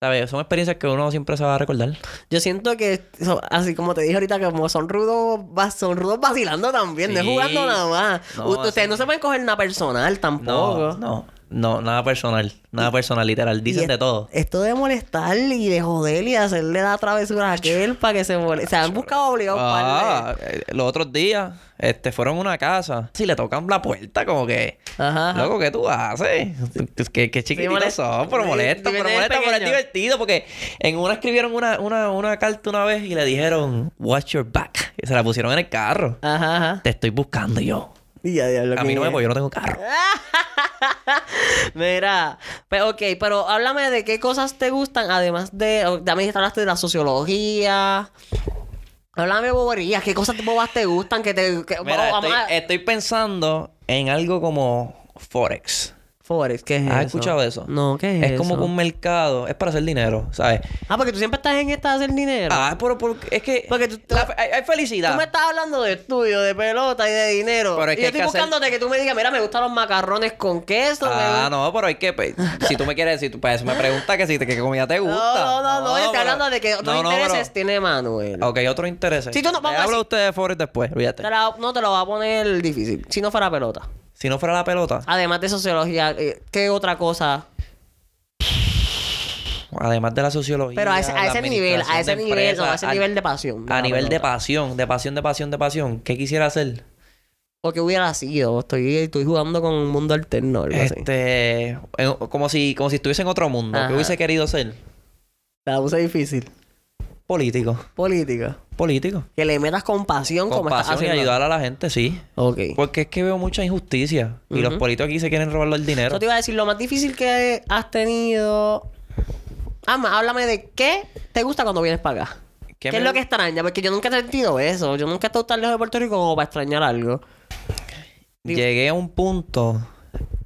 [SPEAKER 2] ¿Sabes? Son experiencias que uno siempre se va a recordar.
[SPEAKER 1] Yo siento que, so- así como te dije ahorita, que como son rudos, va- son rudos vacilando también, no es
[SPEAKER 2] Sí.
[SPEAKER 1] jugando nada más.
[SPEAKER 2] No,
[SPEAKER 1] U- Ustedes
[SPEAKER 2] así-
[SPEAKER 1] no se pueden coger nada personal tampoco.
[SPEAKER 2] No, no, no, nada personal. Nada personal, literal.
[SPEAKER 1] Y
[SPEAKER 2] Dicen
[SPEAKER 1] es-
[SPEAKER 2] de todo.
[SPEAKER 1] Esto de molestar y de joder y de hacerle la travesura a aquel para que se moleste. Se han buscado obligados para
[SPEAKER 2] Ah, eh, los otros días, este, fueron a una casa. Si le tocan la puerta, como que...
[SPEAKER 1] Ajá. ajá.
[SPEAKER 2] Loco, ¿qué tú haces? Que qué chiquititos
[SPEAKER 1] molesta.
[SPEAKER 2] son, pero
[SPEAKER 1] Sí,
[SPEAKER 2] molesto, pero
[SPEAKER 1] diviértete
[SPEAKER 2] molesto, pero es
[SPEAKER 1] pequeño.
[SPEAKER 2] divertido. Porque en una escribieron una, una, una carta una vez y le dijeron, Watch your back. Y se la pusieron en el carro.
[SPEAKER 1] Ajá, ajá.
[SPEAKER 2] Te estoy buscando y yo.
[SPEAKER 1] Y ya, diablo,
[SPEAKER 2] A mí
[SPEAKER 1] ¿quién
[SPEAKER 2] no me
[SPEAKER 1] es?
[SPEAKER 2] voy, yo no tengo carro.
[SPEAKER 1] Mira, pues ok, pero háblame de qué cosas te gustan, además de. o- También hablaste de la sociología. Háblame de boberías, qué cosas bobas te gustan, que te. que-
[SPEAKER 2] Mira,
[SPEAKER 1] vamos
[SPEAKER 2] estoy,
[SPEAKER 1] a-
[SPEAKER 2] estoy pensando en algo como Forex.
[SPEAKER 1] Forex, ¿qué es eso?
[SPEAKER 2] ¿Has escuchado de eso?
[SPEAKER 1] No, ¿qué es,
[SPEAKER 2] Es como
[SPEAKER 1] eso?
[SPEAKER 2] que un mercado, es para hacer dinero, ¿sabes?
[SPEAKER 1] Ah, porque tú siempre estás en esta de hacer dinero.
[SPEAKER 2] Ah, pero porque- es que
[SPEAKER 1] Porque tú-
[SPEAKER 2] la- hay, hay
[SPEAKER 1] Tú
[SPEAKER 2] felicidad.
[SPEAKER 1] me estás hablando de estudio, de pelota y de dinero.
[SPEAKER 2] Pero es
[SPEAKER 1] y
[SPEAKER 2] que
[SPEAKER 1] yo
[SPEAKER 2] hay que
[SPEAKER 1] estoy
[SPEAKER 2] hacer-
[SPEAKER 1] buscándote que tú me digas, mira, me gustan los macarrones con queso. me
[SPEAKER 2] Ah,
[SPEAKER 1] gustan-
[SPEAKER 2] no, pero hay que... pe- Si tú me quieres decir, tú para eso me preguntas que si te, que comida te
[SPEAKER 1] no,
[SPEAKER 2] gusta.
[SPEAKER 1] no, no, no, yo estoy
[SPEAKER 2] pero-
[SPEAKER 1] hablando de que tus
[SPEAKER 2] No, no, pero-
[SPEAKER 1] intereses tiene Manuel.
[SPEAKER 2] Ok, otro interés.
[SPEAKER 1] Si tú no- vamos a decir-
[SPEAKER 2] hablo a ustedes de Forex después, olvídate.
[SPEAKER 1] Te la- no te lo va a poner difícil, si no fuera pelota.
[SPEAKER 2] Si no fuera la pelota,
[SPEAKER 1] Además de sociología, eh, ¿qué otra cosa?
[SPEAKER 2] además de la sociología...
[SPEAKER 1] Pero a ese, a
[SPEAKER 2] la
[SPEAKER 1] ese nivel, a
[SPEAKER 2] administración
[SPEAKER 1] ese
[SPEAKER 2] de
[SPEAKER 1] nivel, no, a
[SPEAKER 2] empresas,
[SPEAKER 1] ese
[SPEAKER 2] al-
[SPEAKER 1] nivel de pasión.
[SPEAKER 2] A
[SPEAKER 1] la
[SPEAKER 2] nivel de
[SPEAKER 1] pelota.
[SPEAKER 2] pasión, de pasión, de pasión, de pasión. ¿Qué quisiera hacer?
[SPEAKER 1] O que hubiera sido, estoy, estoy jugando con un mundo alterno o algo así.
[SPEAKER 2] Este... en- como, si, como si estuviese en otro mundo.
[SPEAKER 1] Ajá.
[SPEAKER 2] ¿Qué hubiese querido ser?
[SPEAKER 1] Te La puse difícil.
[SPEAKER 2] Político.
[SPEAKER 1] Política.
[SPEAKER 2] Político.
[SPEAKER 1] Que le metas compasión como estás
[SPEAKER 2] Compasión y Pues,
[SPEAKER 1] haciendo.
[SPEAKER 2] ayudar a la gente, sí.
[SPEAKER 1] Ok.
[SPEAKER 2] Porque es que veo mucha injusticia. Y los políticos aquí se quieren robar el dinero.
[SPEAKER 1] Yo te iba a decir, lo más difícil que has tenido... Ama, háblame de qué te gusta cuando vienes para acá. ¿Qué,
[SPEAKER 2] me-
[SPEAKER 1] es lo que extraña? Porque yo nunca he sentido eso. Yo nunca he estado tan lejos de Puerto Rico como para extrañar algo.
[SPEAKER 2] Llegué a un punto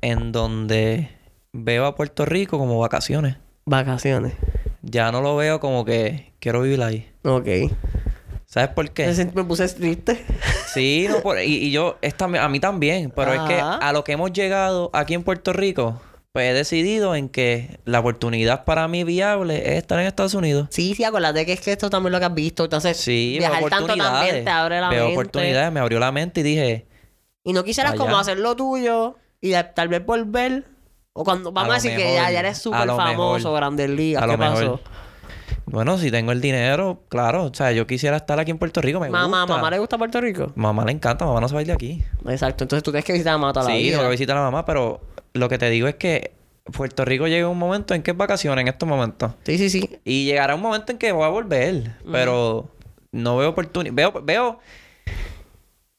[SPEAKER 2] en donde veo a Puerto Rico como vacaciones.
[SPEAKER 1] Vacaciones.
[SPEAKER 2] Ya no lo veo como que quiero vivir ahí.
[SPEAKER 1] Ok.
[SPEAKER 2] ¿Sabes por
[SPEAKER 1] Me
[SPEAKER 2] qué?
[SPEAKER 1] sent- Me puse triste.
[SPEAKER 2] Sí, no, por- y, y yo, es tam- a mí también, pero es que
[SPEAKER 1] Ajá.
[SPEAKER 2] a lo que hemos llegado aquí en Puerto Rico, pues he decidido en que la oportunidad para mí viable es estar en Estados Unidos.
[SPEAKER 1] Sí, sí, acuérdate que es que esto también lo que has visto. Entonces,
[SPEAKER 2] Sí, veo
[SPEAKER 1] viajar tanto
[SPEAKER 2] oportunidades.
[SPEAKER 1] también te abre la
[SPEAKER 2] veo
[SPEAKER 1] mente.
[SPEAKER 2] oportunidades, me abrió la mente y dije,
[SPEAKER 1] Y no quisieras como
[SPEAKER 2] Allá.
[SPEAKER 1] hacer lo tuyo y de- tal vez volver. O cuando vamos a,
[SPEAKER 2] lo
[SPEAKER 1] decir que
[SPEAKER 2] mejor,
[SPEAKER 1] ya, ya eres
[SPEAKER 2] a
[SPEAKER 1] súper
[SPEAKER 2] lo
[SPEAKER 1] famoso,
[SPEAKER 2] mejor.
[SPEAKER 1] Grandes Ligas,
[SPEAKER 2] A
[SPEAKER 1] ¿qué
[SPEAKER 2] lo
[SPEAKER 1] pasó?
[SPEAKER 2] mejor. bueno, si tengo el dinero, claro, o sea, yo quisiera estar aquí en Puerto Rico, me
[SPEAKER 1] Mamá,
[SPEAKER 2] gusta.
[SPEAKER 1] mamá le gusta Puerto Rico.
[SPEAKER 2] Mamá le encanta, mamá no se va a ir de aquí.
[SPEAKER 1] Exacto, entonces tú tienes que visitar a Mata la
[SPEAKER 2] Sí,
[SPEAKER 1] vida.
[SPEAKER 2] tengo que visitar a la mamá, pero lo que te digo es que Puerto Rico llega un momento en que es vacaciones en estos momentos.
[SPEAKER 1] Sí, sí, sí.
[SPEAKER 2] Y llegará un momento en que voy a volver, pero no veo oportunidad. Veo, veo.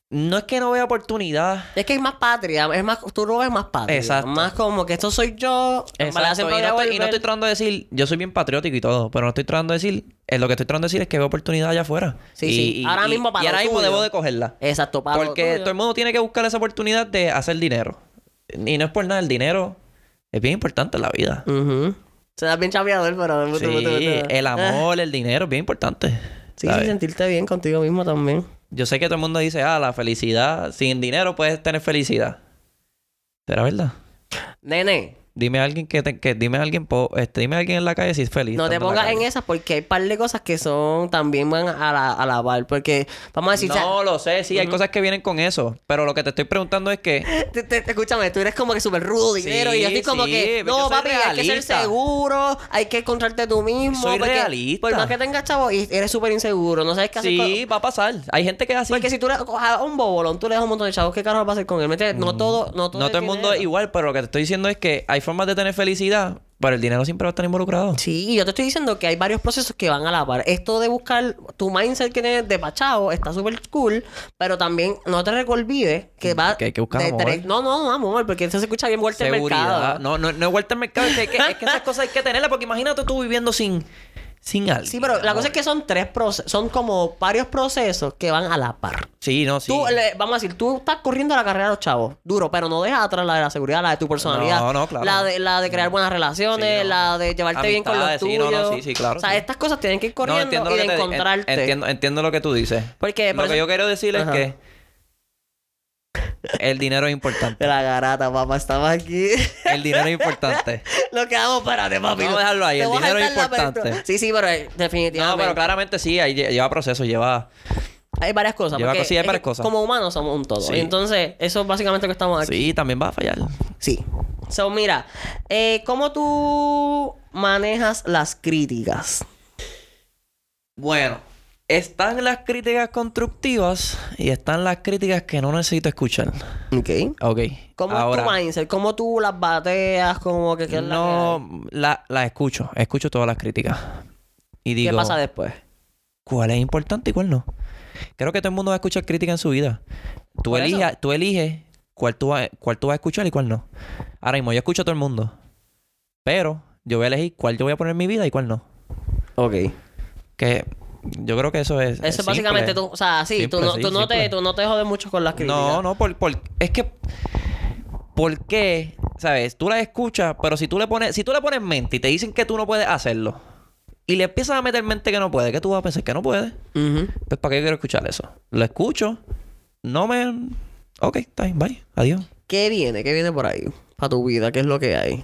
[SPEAKER 2] No es que no vea oportunidad.
[SPEAKER 1] Es que es más patria, es más, tú no ves más patria.
[SPEAKER 2] Exacto.
[SPEAKER 1] Más como que esto soy yo. en verdad
[SPEAKER 2] Y
[SPEAKER 1] siempre
[SPEAKER 2] no,
[SPEAKER 1] voy a
[SPEAKER 2] estoy, y no
[SPEAKER 1] volver.
[SPEAKER 2] estoy tratando de decir, yo soy bien patriótico y todo, pero no estoy tratando de decir, eh, lo que estoy tratando de decir es que veo oportunidad allá afuera.
[SPEAKER 1] Sí,
[SPEAKER 2] y,
[SPEAKER 1] sí.
[SPEAKER 2] y-
[SPEAKER 1] Ahora
[SPEAKER 2] y-
[SPEAKER 1] mismo para
[SPEAKER 2] Y
[SPEAKER 1] lo
[SPEAKER 2] ahora mismo
[SPEAKER 1] tuyo.
[SPEAKER 2] debo de cogerla.
[SPEAKER 1] Exacto, para lo
[SPEAKER 2] Porque
[SPEAKER 1] tuyo.
[SPEAKER 2] todo el mundo tiene que buscar esa oportunidad de hacer dinero. Y no es por nada, el dinero es bien importante en la vida.
[SPEAKER 1] Ujú. Se da bien chapeador, pero...
[SPEAKER 2] Sí, el amor, el dinero es bien importante.
[SPEAKER 1] Sí, sí,
[SPEAKER 2] ¿sabes?
[SPEAKER 1] sentirte bien contigo mismo también.
[SPEAKER 2] Yo sé que todo el mundo dice, ah, la felicidad, sin dinero puedes tener felicidad. ¿Será verdad?
[SPEAKER 1] Nene,
[SPEAKER 2] Dime a alguien que, te- que dime a alguien, po- este, dime a alguien en la calle si es feliz.
[SPEAKER 1] no te
[SPEAKER 2] estando la
[SPEAKER 1] pongas en
[SPEAKER 2] calle.
[SPEAKER 1] esas porque hay un par de cosas que son también van a la, a la par. Porque, vamos a decir, o sea,
[SPEAKER 2] No lo sé, sí, hay cosas que vienen con eso. Pero lo que te estoy preguntando es que.
[SPEAKER 1] te- te- escúchame, tú eres como que súper rudo, dinero,
[SPEAKER 2] Sí,
[SPEAKER 1] y yo estoy como
[SPEAKER 2] sí,
[SPEAKER 1] que,
[SPEAKER 2] pero
[SPEAKER 1] no,
[SPEAKER 2] yo soy
[SPEAKER 1] papi, hay que ser
[SPEAKER 2] realista.
[SPEAKER 1] seguro, hay que encontrarte tú mismo.
[SPEAKER 2] Soy
[SPEAKER 1] porque
[SPEAKER 2] realista.
[SPEAKER 1] Por más que tengas chavo, y eres súper inseguro, no sabes qué hacer con-
[SPEAKER 2] Sí, va a pasar. Hay gente que es así.
[SPEAKER 1] Porque si tú le coges a un bobolón, tú le das un montón de chavos, ¿qué carajo vas a hacer con él? ¿Me entiendes? No todo, no todo,
[SPEAKER 2] Mm. No todo el mundo es
[SPEAKER 1] dinero.
[SPEAKER 2] igual, pero lo que te estoy diciendo es que hay formas de tener felicidad, pero el dinero siempre va a estar involucrado.
[SPEAKER 1] Sí, y yo te estoy diciendo que hay varios procesos que van a la par. Esto de buscar tu mindset que tienes de pachao está súper cool, pero también no te recu- olvides que va.
[SPEAKER 2] Mm, Que hay que buscar
[SPEAKER 1] de
[SPEAKER 2] amor.
[SPEAKER 1] tres- No, no, no, amor, porque eso se escucha bien vuelta el mercado.
[SPEAKER 2] No, no, no es vuelta al mercado. Es que, es que- es que esas cosas hay que tenerlas porque imagínate tú viviendo sin, sin algo.
[SPEAKER 1] Sí, pero la cosa es que son tres procesos, son como varios procesos que van a la par.
[SPEAKER 2] Sí, no, sí.
[SPEAKER 1] Tú, le- vamos a decir, tú estás corriendo la carrera de los chavos, duro, pero no dejas atrás la de la seguridad, la de tu personalidad.
[SPEAKER 2] No, no, claro. Mm.
[SPEAKER 1] La de, la de crear buenas relaciones,
[SPEAKER 2] Sí, no.
[SPEAKER 1] la de llevarte bien con los
[SPEAKER 2] Amistades, sí, no,
[SPEAKER 1] tuyos.
[SPEAKER 2] no, sí, sí, claro,
[SPEAKER 1] O sea,
[SPEAKER 2] sí.
[SPEAKER 1] estas cosas tienen que ir
[SPEAKER 2] No,
[SPEAKER 1] corriendo
[SPEAKER 2] entiendo
[SPEAKER 1] y
[SPEAKER 2] lo
[SPEAKER 1] de
[SPEAKER 2] que te- en-
[SPEAKER 1] encontrarte. Eh,
[SPEAKER 2] Entiendo, entiendo lo que tú dices.
[SPEAKER 1] Porque
[SPEAKER 2] lo
[SPEAKER 1] por
[SPEAKER 2] que
[SPEAKER 1] eso-
[SPEAKER 2] yo quiero decir
[SPEAKER 1] Ajá.
[SPEAKER 2] es que El dinero es importante.
[SPEAKER 1] De la garata, papá. Estamos aquí.
[SPEAKER 2] El dinero es importante.
[SPEAKER 1] Lo quedamos, espérate, papi.
[SPEAKER 2] Vamos a dejarlo ahí,
[SPEAKER 1] Te
[SPEAKER 2] el
[SPEAKER 1] voy a
[SPEAKER 2] dinero es
[SPEAKER 1] saltar la
[SPEAKER 2] importante.
[SPEAKER 1] apertura. Sí, sí, pero eh,
[SPEAKER 2] No,
[SPEAKER 1] definitivamente.
[SPEAKER 2] pero claramente sí, ahí lle- lleva proceso, lleva...
[SPEAKER 1] Hay varias cosas.
[SPEAKER 2] Lleva
[SPEAKER 1] porque
[SPEAKER 2] cosas y hay
[SPEAKER 1] es
[SPEAKER 2] varias
[SPEAKER 1] que
[SPEAKER 2] cosas.
[SPEAKER 1] Como humanos somos un todo.
[SPEAKER 2] Sí.
[SPEAKER 1] Y entonces, eso es básicamente lo que estamos aquí.
[SPEAKER 2] Sí, también va a fallar.
[SPEAKER 1] Sí. So, mira, eh, ¿cómo tú manejas las críticas?
[SPEAKER 2] Bueno, están las críticas constructivas y están las críticas que no necesito escuchar.
[SPEAKER 1] Ok.
[SPEAKER 2] Ok.
[SPEAKER 1] ¿Cómo
[SPEAKER 2] Ahora,
[SPEAKER 1] es tu mindset? ¿Cómo tú las bateas? ¿Cómo que qué es la
[SPEAKER 2] No, la, la escucho. Escucho todas las críticas. Y
[SPEAKER 1] que-
[SPEAKER 2] digo...
[SPEAKER 1] ¿Qué pasa después?
[SPEAKER 2] cuál es importante y cuál no. Creo que todo el mundo va a escuchar crítica en su vida. Tú,
[SPEAKER 1] Por
[SPEAKER 2] elija-
[SPEAKER 1] eso.
[SPEAKER 2] tú eliges cuál tú, va- cuál tú vas a escuchar y cuál no. Ahora mismo yo escucho a todo el mundo. Pero yo voy a elegir cuál yo voy a poner en mi vida y cuál no.
[SPEAKER 1] Ok.
[SPEAKER 2] Que yo creo que eso es.
[SPEAKER 1] Eso es
[SPEAKER 2] simple.
[SPEAKER 1] básicamente tú. O sea, sí, tú,
[SPEAKER 2] Simple,
[SPEAKER 1] no,
[SPEAKER 2] sí,
[SPEAKER 1] tú, no te,
[SPEAKER 2] simple.
[SPEAKER 1] tú no te jodes mucho con las críticas.
[SPEAKER 2] No, no, por, por- es que. ¿Por qué? ¿Sabes? Tú la escuchas, pero si tú le pones, si tú le pones mente y te dicen que tú no puedes hacerlo, y le empiezas a meter mente que no puede, que tú vas a pensar que no puedes.
[SPEAKER 1] Ujú.
[SPEAKER 2] Pues, ¿para qué quiero escuchar eso? Lo escucho. No me. Ok, está bien, bye. Adiós.
[SPEAKER 1] ¿Qué viene? ¿Qué viene por ahí? Para tu vida, ¿qué es lo que hay?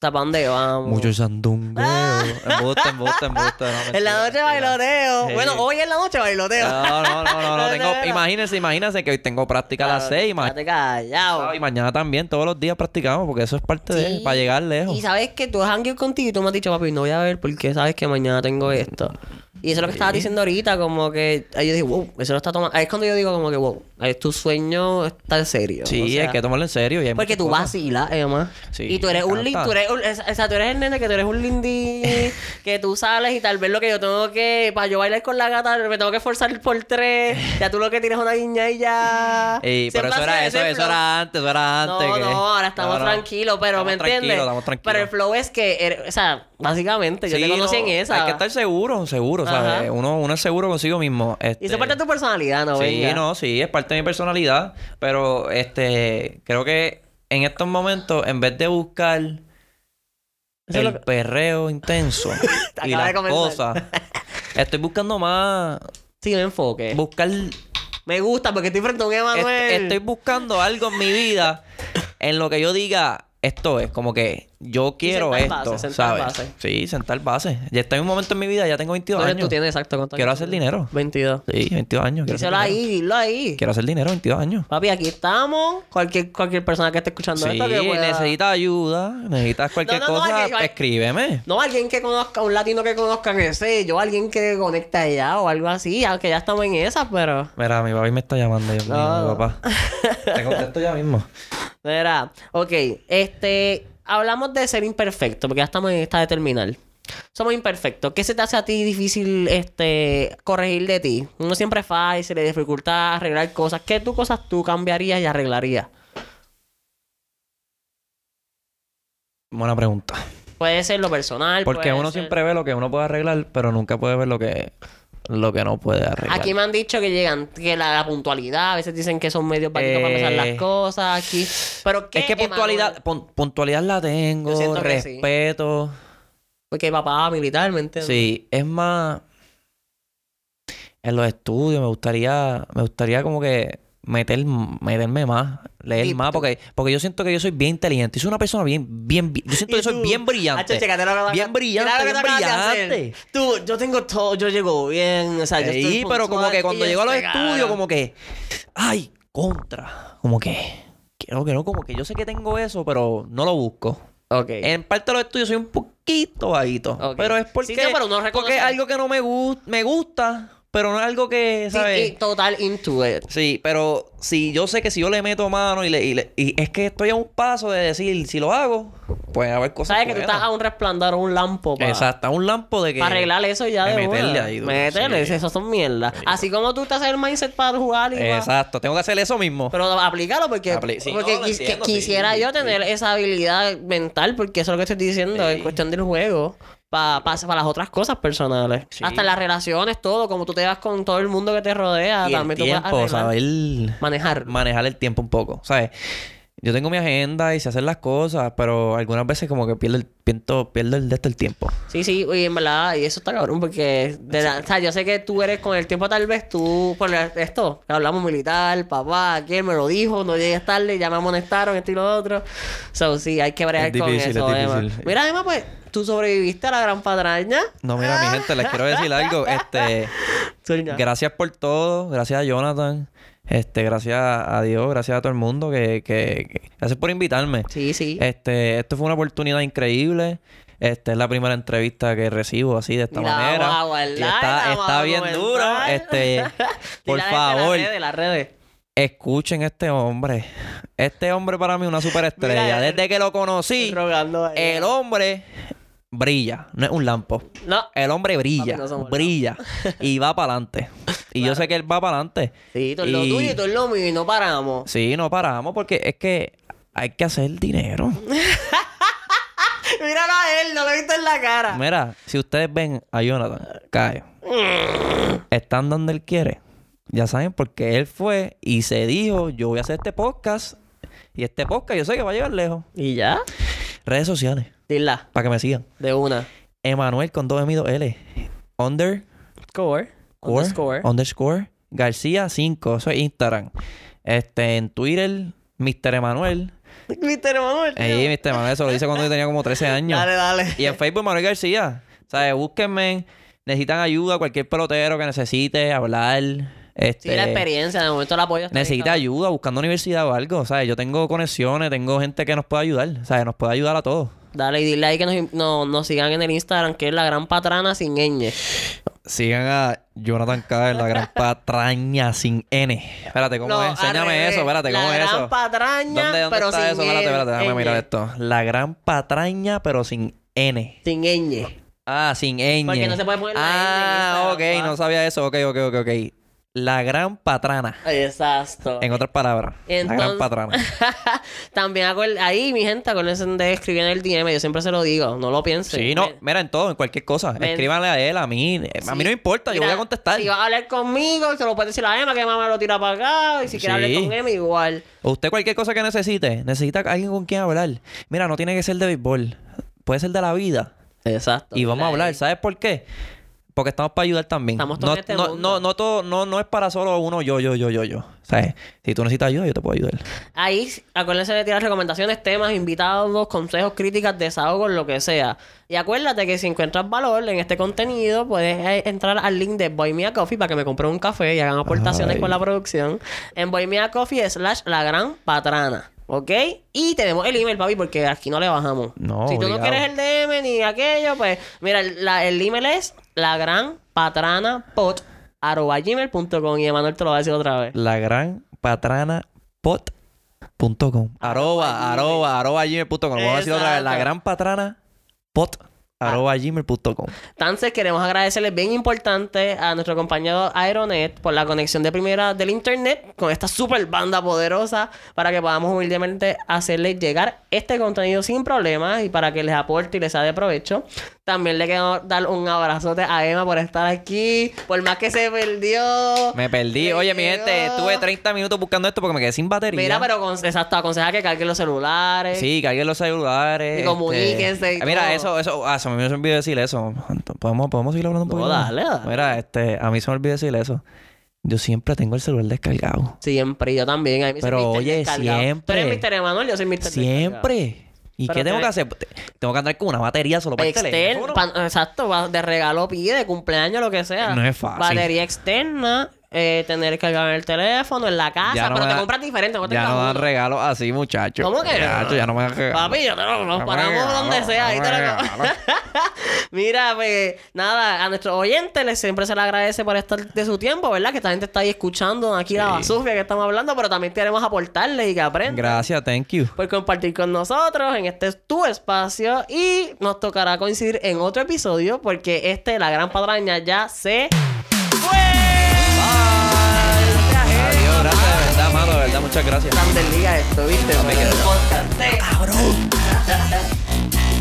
[SPEAKER 1] ¿Para dónde vamos?
[SPEAKER 2] Mucho sandungueo. Embuste, embuste, embuste. No,
[SPEAKER 1] en
[SPEAKER 2] mentira,
[SPEAKER 1] la noche
[SPEAKER 2] mentira.
[SPEAKER 1] bailoteo.
[SPEAKER 2] Sí. Ah,
[SPEAKER 1] Bueno, hoy en la noche bailoteo.
[SPEAKER 2] No, no, no, no. no
[SPEAKER 1] No,
[SPEAKER 2] tengo,
[SPEAKER 1] no, no.
[SPEAKER 2] Imagínense, imagínense que hoy tengo práctica a las 6 y mañana.
[SPEAKER 1] Quédate callado.
[SPEAKER 2] Y mañana también, todos los días practicamos, porque eso es parte
[SPEAKER 1] Sí.
[SPEAKER 2] de. Para eh, llegar lejos.
[SPEAKER 1] Y sabes que tú has hangueado contigo y tú me has dicho, papi, no voy a ver porque sabes que mañana tengo esto. Y eso es lo que estabas diciendo ahorita, como que ahí yo dije, wow, eso lo está tomando. Ahí es cuando yo digo, como que, wow, ahí tu sueño está serio.
[SPEAKER 2] Sí,
[SPEAKER 1] O sea,
[SPEAKER 2] hay que tomarlo en serio. Y hay
[SPEAKER 1] Porque
[SPEAKER 2] muchas
[SPEAKER 1] tú
[SPEAKER 2] cosas.
[SPEAKER 1] vacilas, además.
[SPEAKER 2] Sí,
[SPEAKER 1] y tú eres
[SPEAKER 2] me
[SPEAKER 1] un lindo,
[SPEAKER 2] encanta.
[SPEAKER 1] tú eres un- o sea, tú eres el nene que tú eres un lindí, que tú sales y tal vez lo que yo tengo que, para yo bailar con la gata, me tengo que forzar por tres, ya tú lo que tienes es una guiña y ya.
[SPEAKER 2] Ey, pero
[SPEAKER 1] Siempre
[SPEAKER 2] eso era,
[SPEAKER 1] haces
[SPEAKER 2] eso,
[SPEAKER 1] ese
[SPEAKER 2] eso
[SPEAKER 1] flow.
[SPEAKER 2] era antes, eso era
[SPEAKER 1] No,
[SPEAKER 2] antes. que-
[SPEAKER 1] no, ahora estamos
[SPEAKER 2] No, no.
[SPEAKER 1] tranquilos, pero ¿me
[SPEAKER 2] Estamos
[SPEAKER 1] entiendes?
[SPEAKER 2] tranquilos, estamos
[SPEAKER 1] Pero el
[SPEAKER 2] tranquilos.
[SPEAKER 1] flow es que, er- o sea, básicamente, yo te
[SPEAKER 2] Sí,
[SPEAKER 1] conocí
[SPEAKER 2] no,
[SPEAKER 1] en esa.
[SPEAKER 2] Hay que estar seguro, seguro, ¿sabes?
[SPEAKER 1] Ajá.
[SPEAKER 2] Uno, uno es seguro consigo mismo. Este,
[SPEAKER 1] Y eso es parte de tu personalidad, ¿no?
[SPEAKER 2] Sí,
[SPEAKER 1] Venga.
[SPEAKER 2] no, sí, es parte de mi personalidad. Pero este, creo que en estos momentos, en vez de buscar
[SPEAKER 1] Eso es
[SPEAKER 2] el
[SPEAKER 1] lo que-
[SPEAKER 2] perreo intenso y
[SPEAKER 1] acabas de
[SPEAKER 2] las
[SPEAKER 1] comenzar.
[SPEAKER 2] cosas, estoy buscando más.
[SPEAKER 1] Sí, un enfoque.
[SPEAKER 2] Buscar.
[SPEAKER 1] Me gusta porque estoy frente a un
[SPEAKER 2] est-
[SPEAKER 1] Emanuel.
[SPEAKER 2] estoy buscando algo en mi vida en lo que yo diga. Esto es como que yo quiero
[SPEAKER 1] sentar
[SPEAKER 2] esto,
[SPEAKER 1] bases, sentar
[SPEAKER 2] ¿sabes?
[SPEAKER 1] bases.
[SPEAKER 2] Sí, sentar bases. Ya estoy en un momento en mi vida, ya tengo 22
[SPEAKER 1] ¿Cuántos años
[SPEAKER 2] años.
[SPEAKER 1] tú tienes exacto? ¿Cuántos
[SPEAKER 2] Quiero
[SPEAKER 1] años
[SPEAKER 2] hacer
[SPEAKER 1] tienes?
[SPEAKER 2] dinero.
[SPEAKER 1] 22.
[SPEAKER 2] Sí, 22 años. Quiero hacer
[SPEAKER 1] Díselo
[SPEAKER 2] dinero.
[SPEAKER 1] ahí, dilo ahí.
[SPEAKER 2] Quiero hacer dinero, 22 años.
[SPEAKER 1] Papi, aquí estamos. Cualquier, cualquier persona que esté escuchando
[SPEAKER 2] Sí,
[SPEAKER 1] esto que pueda-
[SPEAKER 2] necesitas ayuda, necesitas cualquier
[SPEAKER 1] No, no, no,
[SPEAKER 2] cosa,
[SPEAKER 1] aquí-
[SPEAKER 2] escríbeme.
[SPEAKER 1] No, alguien que conozca, un latino que conozca, qué sé yo, alguien que conecta allá o algo así, aunque ya estamos en esa, pero...
[SPEAKER 2] Mira, mi papi me está llamando, Dios
[SPEAKER 1] No,
[SPEAKER 2] mío,
[SPEAKER 1] no.
[SPEAKER 2] mi papá. Te contesto ya mismo.
[SPEAKER 1] Mira, ok, este, hablamos de ser imperfecto, porque ya estamos en esta de terminar. Somos imperfectos. ¿Qué se te hace a ti difícil este corregir de ti? Uno siempre falla, y se le dificulta arreglar cosas. ¿Qué tú cosas tú cambiarías y arreglarías?
[SPEAKER 2] Buena pregunta.
[SPEAKER 1] Puede ser lo personal,
[SPEAKER 2] Porque
[SPEAKER 1] puede
[SPEAKER 2] uno
[SPEAKER 1] ser-
[SPEAKER 2] siempre ve lo que uno puede arreglar, pero nunca puede ver lo que, lo que no puede arreglar.
[SPEAKER 1] Aquí me han dicho que llegan, que la, la puntualidad, a veces dicen que son medios vaquitos para empezar las
[SPEAKER 2] Eh,
[SPEAKER 1] cosas aquí. Pero ¿qué,
[SPEAKER 2] es que
[SPEAKER 1] Emanuel?
[SPEAKER 2] puntualidad, pun- puntualidad la
[SPEAKER 1] Yo
[SPEAKER 2] tengo,
[SPEAKER 1] siento que sí.
[SPEAKER 2] respeto.
[SPEAKER 1] Porque papá militar, ¿me entiendes?
[SPEAKER 2] Sí, es más. En los estudios me gustaría. Me gustaría como que meter, meterme más. Leer
[SPEAKER 1] Deep
[SPEAKER 2] más.
[SPEAKER 1] tú.
[SPEAKER 2] Porque, porque yo siento que yo soy bien inteligente. Yo soy una persona bien, bien, bien- Yo siento
[SPEAKER 1] Y
[SPEAKER 2] que soy
[SPEAKER 1] tú,
[SPEAKER 2] bien brillante.
[SPEAKER 1] Hacho, chécate lo que acabas-
[SPEAKER 2] bien brillante,
[SPEAKER 1] mira lo que
[SPEAKER 2] bien
[SPEAKER 1] te acabas de
[SPEAKER 2] brillante.
[SPEAKER 1] hacer. Tú, yo tengo todo, yo llego bien, o sea, yo estoy
[SPEAKER 2] Sí, pero como
[SPEAKER 1] puntual
[SPEAKER 2] que
[SPEAKER 1] y
[SPEAKER 2] cuando
[SPEAKER 1] yo
[SPEAKER 2] llego a los
[SPEAKER 1] estoy
[SPEAKER 2] estudios,
[SPEAKER 1] cabrón.
[SPEAKER 2] como que. ¡Ay! Contra. Como que. Creo que no, como que yo sé que tengo eso, pero no lo busco.
[SPEAKER 1] Ok.
[SPEAKER 2] En parte de los estudios soy un poquito vaguito.
[SPEAKER 1] Ok.
[SPEAKER 2] Pero es
[SPEAKER 1] Sí,
[SPEAKER 2] porque,
[SPEAKER 1] no, pero uno
[SPEAKER 2] porque
[SPEAKER 1] reconoce-
[SPEAKER 2] es algo que no me, gus- me gusta, pero no es algo que,
[SPEAKER 1] Sí,
[SPEAKER 2] ¿sabes?
[SPEAKER 1] y total into it.
[SPEAKER 2] Sí, pero si yo sé que si yo le meto mano y, le, y, le- y es que estoy a un paso de decir, si lo hago, pues a ver cosas.
[SPEAKER 1] Sabes que tú estás a un resplandor, a un lampo para
[SPEAKER 2] Exacto, a un lampo de que.
[SPEAKER 1] arreglar eso ya de
[SPEAKER 2] de
[SPEAKER 1] una.
[SPEAKER 2] meterle ahí, duro,
[SPEAKER 1] Meterle,
[SPEAKER 2] sí.
[SPEAKER 1] eso son mierdas. Así como tú te haces el mindset para jugar y va-
[SPEAKER 2] Exacto, tengo que hacer eso mismo.
[SPEAKER 1] Pero aplícalo porque,
[SPEAKER 2] Apli- sí,
[SPEAKER 1] porque
[SPEAKER 2] no, lo
[SPEAKER 1] quis-
[SPEAKER 2] entiendo,
[SPEAKER 1] que-
[SPEAKER 2] sí,
[SPEAKER 1] quisiera
[SPEAKER 2] sí,
[SPEAKER 1] yo
[SPEAKER 2] sí.
[SPEAKER 1] tener esa habilidad mental, porque eso es lo que estoy diciendo, en cuestión del juego, para las otras cosas personales.
[SPEAKER 2] Sí.
[SPEAKER 1] Hasta las relaciones, todo, como tú te vas con todo el mundo que te rodea,
[SPEAKER 2] y el
[SPEAKER 1] ah, también tú puedes
[SPEAKER 2] tiempo,
[SPEAKER 1] arreglar.
[SPEAKER 2] saber
[SPEAKER 1] manejar.
[SPEAKER 2] manejar el tiempo un poco, ¿sabes? Yo tengo mi agenda y sé hacer las cosas, pero algunas veces como que pierdo el, pierdo, pierdo el, de esto el tiempo.
[SPEAKER 1] Sí, sí, y en verdad, y eso está cabrón, porque de la- o sea, yo sé que tú eres con el tiempo, tal vez tú, con el- esto, hablamos militar, papá, quién me lo dijo, no llegues tarde, ya me amonestaron, esto y lo otro. So, sí, hay que bregar
[SPEAKER 2] Es
[SPEAKER 1] con
[SPEAKER 2] difícil,
[SPEAKER 1] eso,
[SPEAKER 2] es
[SPEAKER 1] Emma.
[SPEAKER 2] difícil.
[SPEAKER 1] Mira, Emma, pues, tú sobreviviste a la gran patraña.
[SPEAKER 2] No, mira, mi gente, les quiero decir algo. Este,
[SPEAKER 1] Sueña.
[SPEAKER 2] gracias por todo. Gracias a Jonathan. Este, gracias a Dios. Gracias a todo el mundo. Que, que, que- Gracias por invitarme.
[SPEAKER 1] Sí, sí.
[SPEAKER 2] Este, esto fue una oportunidad increíble. Esta es la primera entrevista que recibo así de esta
[SPEAKER 1] Y la
[SPEAKER 2] manera.
[SPEAKER 1] vamos a guardar,
[SPEAKER 2] Y
[SPEAKER 1] la
[SPEAKER 2] está,
[SPEAKER 1] vamos
[SPEAKER 2] está
[SPEAKER 1] a
[SPEAKER 2] bien duro.
[SPEAKER 1] documentar.
[SPEAKER 2] Este, por
[SPEAKER 1] Dile a la gente
[SPEAKER 2] favor,
[SPEAKER 1] De las redes, las redes.
[SPEAKER 2] escuchen a este hombre. Este hombre para mí es una superestrella.
[SPEAKER 1] Mira,
[SPEAKER 2] Desde que lo conocí,
[SPEAKER 1] Rogando ahí.
[SPEAKER 2] el hombre brilla. No es un lampo.
[SPEAKER 1] No.
[SPEAKER 2] El hombre brilla,
[SPEAKER 1] Papi, no somos
[SPEAKER 2] brilla y va para adelante. Y yo sé que él va para adelante.
[SPEAKER 1] Sí, tú es lo
[SPEAKER 2] Y-
[SPEAKER 1] tuyo y tú es lo mío y no paramos.
[SPEAKER 2] Sí, no paramos porque es que hay que hacer dinero.
[SPEAKER 1] Míralo a él, no lo he visto en la cara.
[SPEAKER 2] Mira, si ustedes ven a Jonathan, cae. Están donde él quiere. Ya saben, porque él fue y se dijo, yo voy a hacer este podcast. Y este podcast yo sé que va a llegar lejos.
[SPEAKER 1] ¿Y ya?
[SPEAKER 2] Redes sociales,
[SPEAKER 1] Dila,
[SPEAKER 2] para que me sigan.
[SPEAKER 1] de una.
[SPEAKER 2] Emanuel con 2 M 2 L. Under
[SPEAKER 1] Core.
[SPEAKER 2] Core, underscore, García 5. Eso es Instagram. Este, en Twitter, Mr. Emanuel.
[SPEAKER 1] Mister Manuel. tío.
[SPEAKER 2] Ahí, Mr. Emanuel, eso lo hice cuando yo tenía como 13 años.
[SPEAKER 1] Dale, dale.
[SPEAKER 2] Y en Facebook, Manuel García. O sea, búsquenme. Necesitan ayuda, cualquier pelotero que necesite hablar.
[SPEAKER 1] Sí,
[SPEAKER 2] Este,
[SPEAKER 1] la experiencia, de momento la apoyo. está
[SPEAKER 2] necesita
[SPEAKER 1] bien,
[SPEAKER 2] ayuda buscando universidad o algo. O sea, yo tengo conexiones, tengo gente que nos puede ayudar. O sea, nos puede ayudar a todos.
[SPEAKER 1] cabrón. Dale y dile ahí que nos, no- nos sigan en el Instagram, que es la gran patrana sin ñ.
[SPEAKER 2] Sigan a Jonathan K. en la gran patraña sin N. Espérate, ¿cómo
[SPEAKER 1] No,
[SPEAKER 2] es?
[SPEAKER 1] al
[SPEAKER 2] Enséñame
[SPEAKER 1] revés.
[SPEAKER 2] eso, espérate, ¿cómo
[SPEAKER 1] la
[SPEAKER 2] es
[SPEAKER 1] gran
[SPEAKER 2] eso?
[SPEAKER 1] patraña,
[SPEAKER 2] ¿Dónde, dónde
[SPEAKER 1] pero
[SPEAKER 2] está
[SPEAKER 1] sin
[SPEAKER 2] eso? Espérate, espérate, déjame
[SPEAKER 1] ñ.
[SPEAKER 2] mirar esto. La gran patraña, pero sin N.
[SPEAKER 1] Sin ñ.
[SPEAKER 2] Ah, sin ñ.
[SPEAKER 1] Porque no se puede poner la
[SPEAKER 2] Ah,
[SPEAKER 1] ñ en Instagram,
[SPEAKER 2] ok,
[SPEAKER 1] pa.
[SPEAKER 2] no sabía eso. Ok, ok, ok, ok. La gran patrana.
[SPEAKER 1] Exacto.
[SPEAKER 2] En otras palabras. La gran
[SPEAKER 1] Entonces-
[SPEAKER 2] patrana.
[SPEAKER 1] También acuer- ahí, mi gente, acuérdense de escribir en el DM. Yo siempre se lo digo, no lo piensen.
[SPEAKER 2] Sí, no,
[SPEAKER 1] Me-
[SPEAKER 2] mira, en todo, en cualquier cosa.
[SPEAKER 1] Ven.
[SPEAKER 2] Escríbanle a él, a mí. Eh, A mí no me importa, yo
[SPEAKER 1] Mira,
[SPEAKER 2] voy a contestar.
[SPEAKER 1] Si vas a hablar conmigo, se lo puedes decir a Emma, que Emma me lo tira para acá. Y si quieres
[SPEAKER 2] Sí.
[SPEAKER 1] hablar con Emma, igual.
[SPEAKER 2] Usted cualquier cosa que necesite, necesita alguien con quien hablar. Mira, no tiene que ser de béisbol. Puede ser de la vida.
[SPEAKER 1] Exacto.
[SPEAKER 2] Y vamos a hablar, ¿sabes por qué? Porque estamos para ayudar también.
[SPEAKER 1] Estamos todos
[SPEAKER 2] no,
[SPEAKER 1] en este
[SPEAKER 2] no,
[SPEAKER 1] mundo.
[SPEAKER 2] no, no, todo, no, no es para solo uno, yo, yo, yo, yo, yo. ¿Sabes? Si tú necesitas ayuda, yo te puedo ayudar.
[SPEAKER 1] Ahí, acuérdense de tirar recomendaciones, temas, invitados, consejos, críticas, desahogos, lo que sea. Y acuérdate que si encuentras valor en este contenido, puedes eh, entrar al link de Boy Mia Coffee para que me compre un café y hagan aportaciones
[SPEAKER 2] Ay.
[SPEAKER 1] con la producción. En Boy Mia Coffee slash la gran patrana. ¿Ok? Y tenemos el email, papi, porque aquí no le bajamos.
[SPEAKER 2] No,
[SPEAKER 1] si tú no
[SPEAKER 2] obligado.
[SPEAKER 1] quieres el DM ni aquello, pues mira, el- la- el email es la gran patrana pot arroba gmail.com y Emanuel te lo va a decir otra vez.
[SPEAKER 2] La gran patrana pot.com. Arroba, arroba, arroba gmail.com. Vamos a decir otra vez. La
[SPEAKER 1] Exacto.
[SPEAKER 2] gran patrana pot arroba gmail.com.
[SPEAKER 1] Entonces, queremos agradecerles bien importante a nuestro compañero Aeronet por la conexión de primera del internet con esta super banda poderosa para que podamos humildemente hacerles llegar este contenido sin problemas y para que les aporte y les sea de provecho. También le quiero dar un abrazote a Emma por estar aquí, por más que se perdió.
[SPEAKER 2] Me perdí.
[SPEAKER 1] Le
[SPEAKER 2] Oye, mi
[SPEAKER 1] llegó.
[SPEAKER 2] gente, estuve 30 minutos buscando esto porque me quedé sin batería.
[SPEAKER 1] Mira, pero con, exacto, aconseja que carguen los celulares.
[SPEAKER 2] Sí, carguen los celulares.
[SPEAKER 1] Y
[SPEAKER 2] este,
[SPEAKER 1] comuníquense y
[SPEAKER 2] Mira,
[SPEAKER 1] todo.
[SPEAKER 2] eso, eso, ah, se me olvidó decir eso. ¿Podemos, podemos seguir hablando un
[SPEAKER 1] No,
[SPEAKER 2] poquito? más?
[SPEAKER 1] dale, dale.
[SPEAKER 2] Mira, este, a mí se me olvidó decir eso. Yo siempre tengo el celular descargado.
[SPEAKER 1] Siempre, yo también. ahí me
[SPEAKER 2] Pero,
[SPEAKER 1] soy Mr.
[SPEAKER 2] oye,
[SPEAKER 1] Descargado. Tú
[SPEAKER 2] siempre.
[SPEAKER 1] eres Mr. Emanuel, yo soy Mr. Descargado.
[SPEAKER 2] Siempre. ¿Y
[SPEAKER 1] Pero
[SPEAKER 2] qué tengo
[SPEAKER 1] te-
[SPEAKER 2] que hacer? Te- Tengo que andar con una batería solo para el
[SPEAKER 1] Externo,
[SPEAKER 2] teléfono.
[SPEAKER 1] exacto, va- de regalo pide, cumpleaños, lo que sea.
[SPEAKER 2] No es fácil.
[SPEAKER 1] Batería externa, eh, tener que cargar el teléfono en la casa,
[SPEAKER 2] Ya no
[SPEAKER 1] pero
[SPEAKER 2] me
[SPEAKER 1] te
[SPEAKER 2] da-
[SPEAKER 1] compras diferente. no te
[SPEAKER 2] Ya no
[SPEAKER 1] compras
[SPEAKER 2] dan
[SPEAKER 1] uno.
[SPEAKER 2] regalos así, muchachos.
[SPEAKER 1] ¿Cómo que no?
[SPEAKER 2] Muchacho, ya no me dan regalos.
[SPEAKER 1] Papi, yo te lo, nos
[SPEAKER 2] No me
[SPEAKER 1] paramos
[SPEAKER 2] regalo,
[SPEAKER 1] donde sea.
[SPEAKER 2] no
[SPEAKER 1] ahí
[SPEAKER 2] me
[SPEAKER 1] te lo-
[SPEAKER 2] regalo.
[SPEAKER 1] Mira, pues, nada, a nuestros oyentes les siempre se les agradece por estar de su tiempo, ¿verdad? Que esta gente está ahí escuchando aquí la
[SPEAKER 2] Sí.
[SPEAKER 1] basufia que estamos hablando, pero también queremos aportarles y que aprendan.
[SPEAKER 2] Gracias, thank you.
[SPEAKER 1] por compartir con nosotros en este tu espacio y nos tocará coincidir en otro episodio porque este La Gran Patraña ya se fue.
[SPEAKER 2] Adiós, gracias, de verdad, mano, de verdad, muchas gracias.
[SPEAKER 1] Tan del liga esto, ¿viste?
[SPEAKER 2] me quedo.
[SPEAKER 1] Podcast, eh.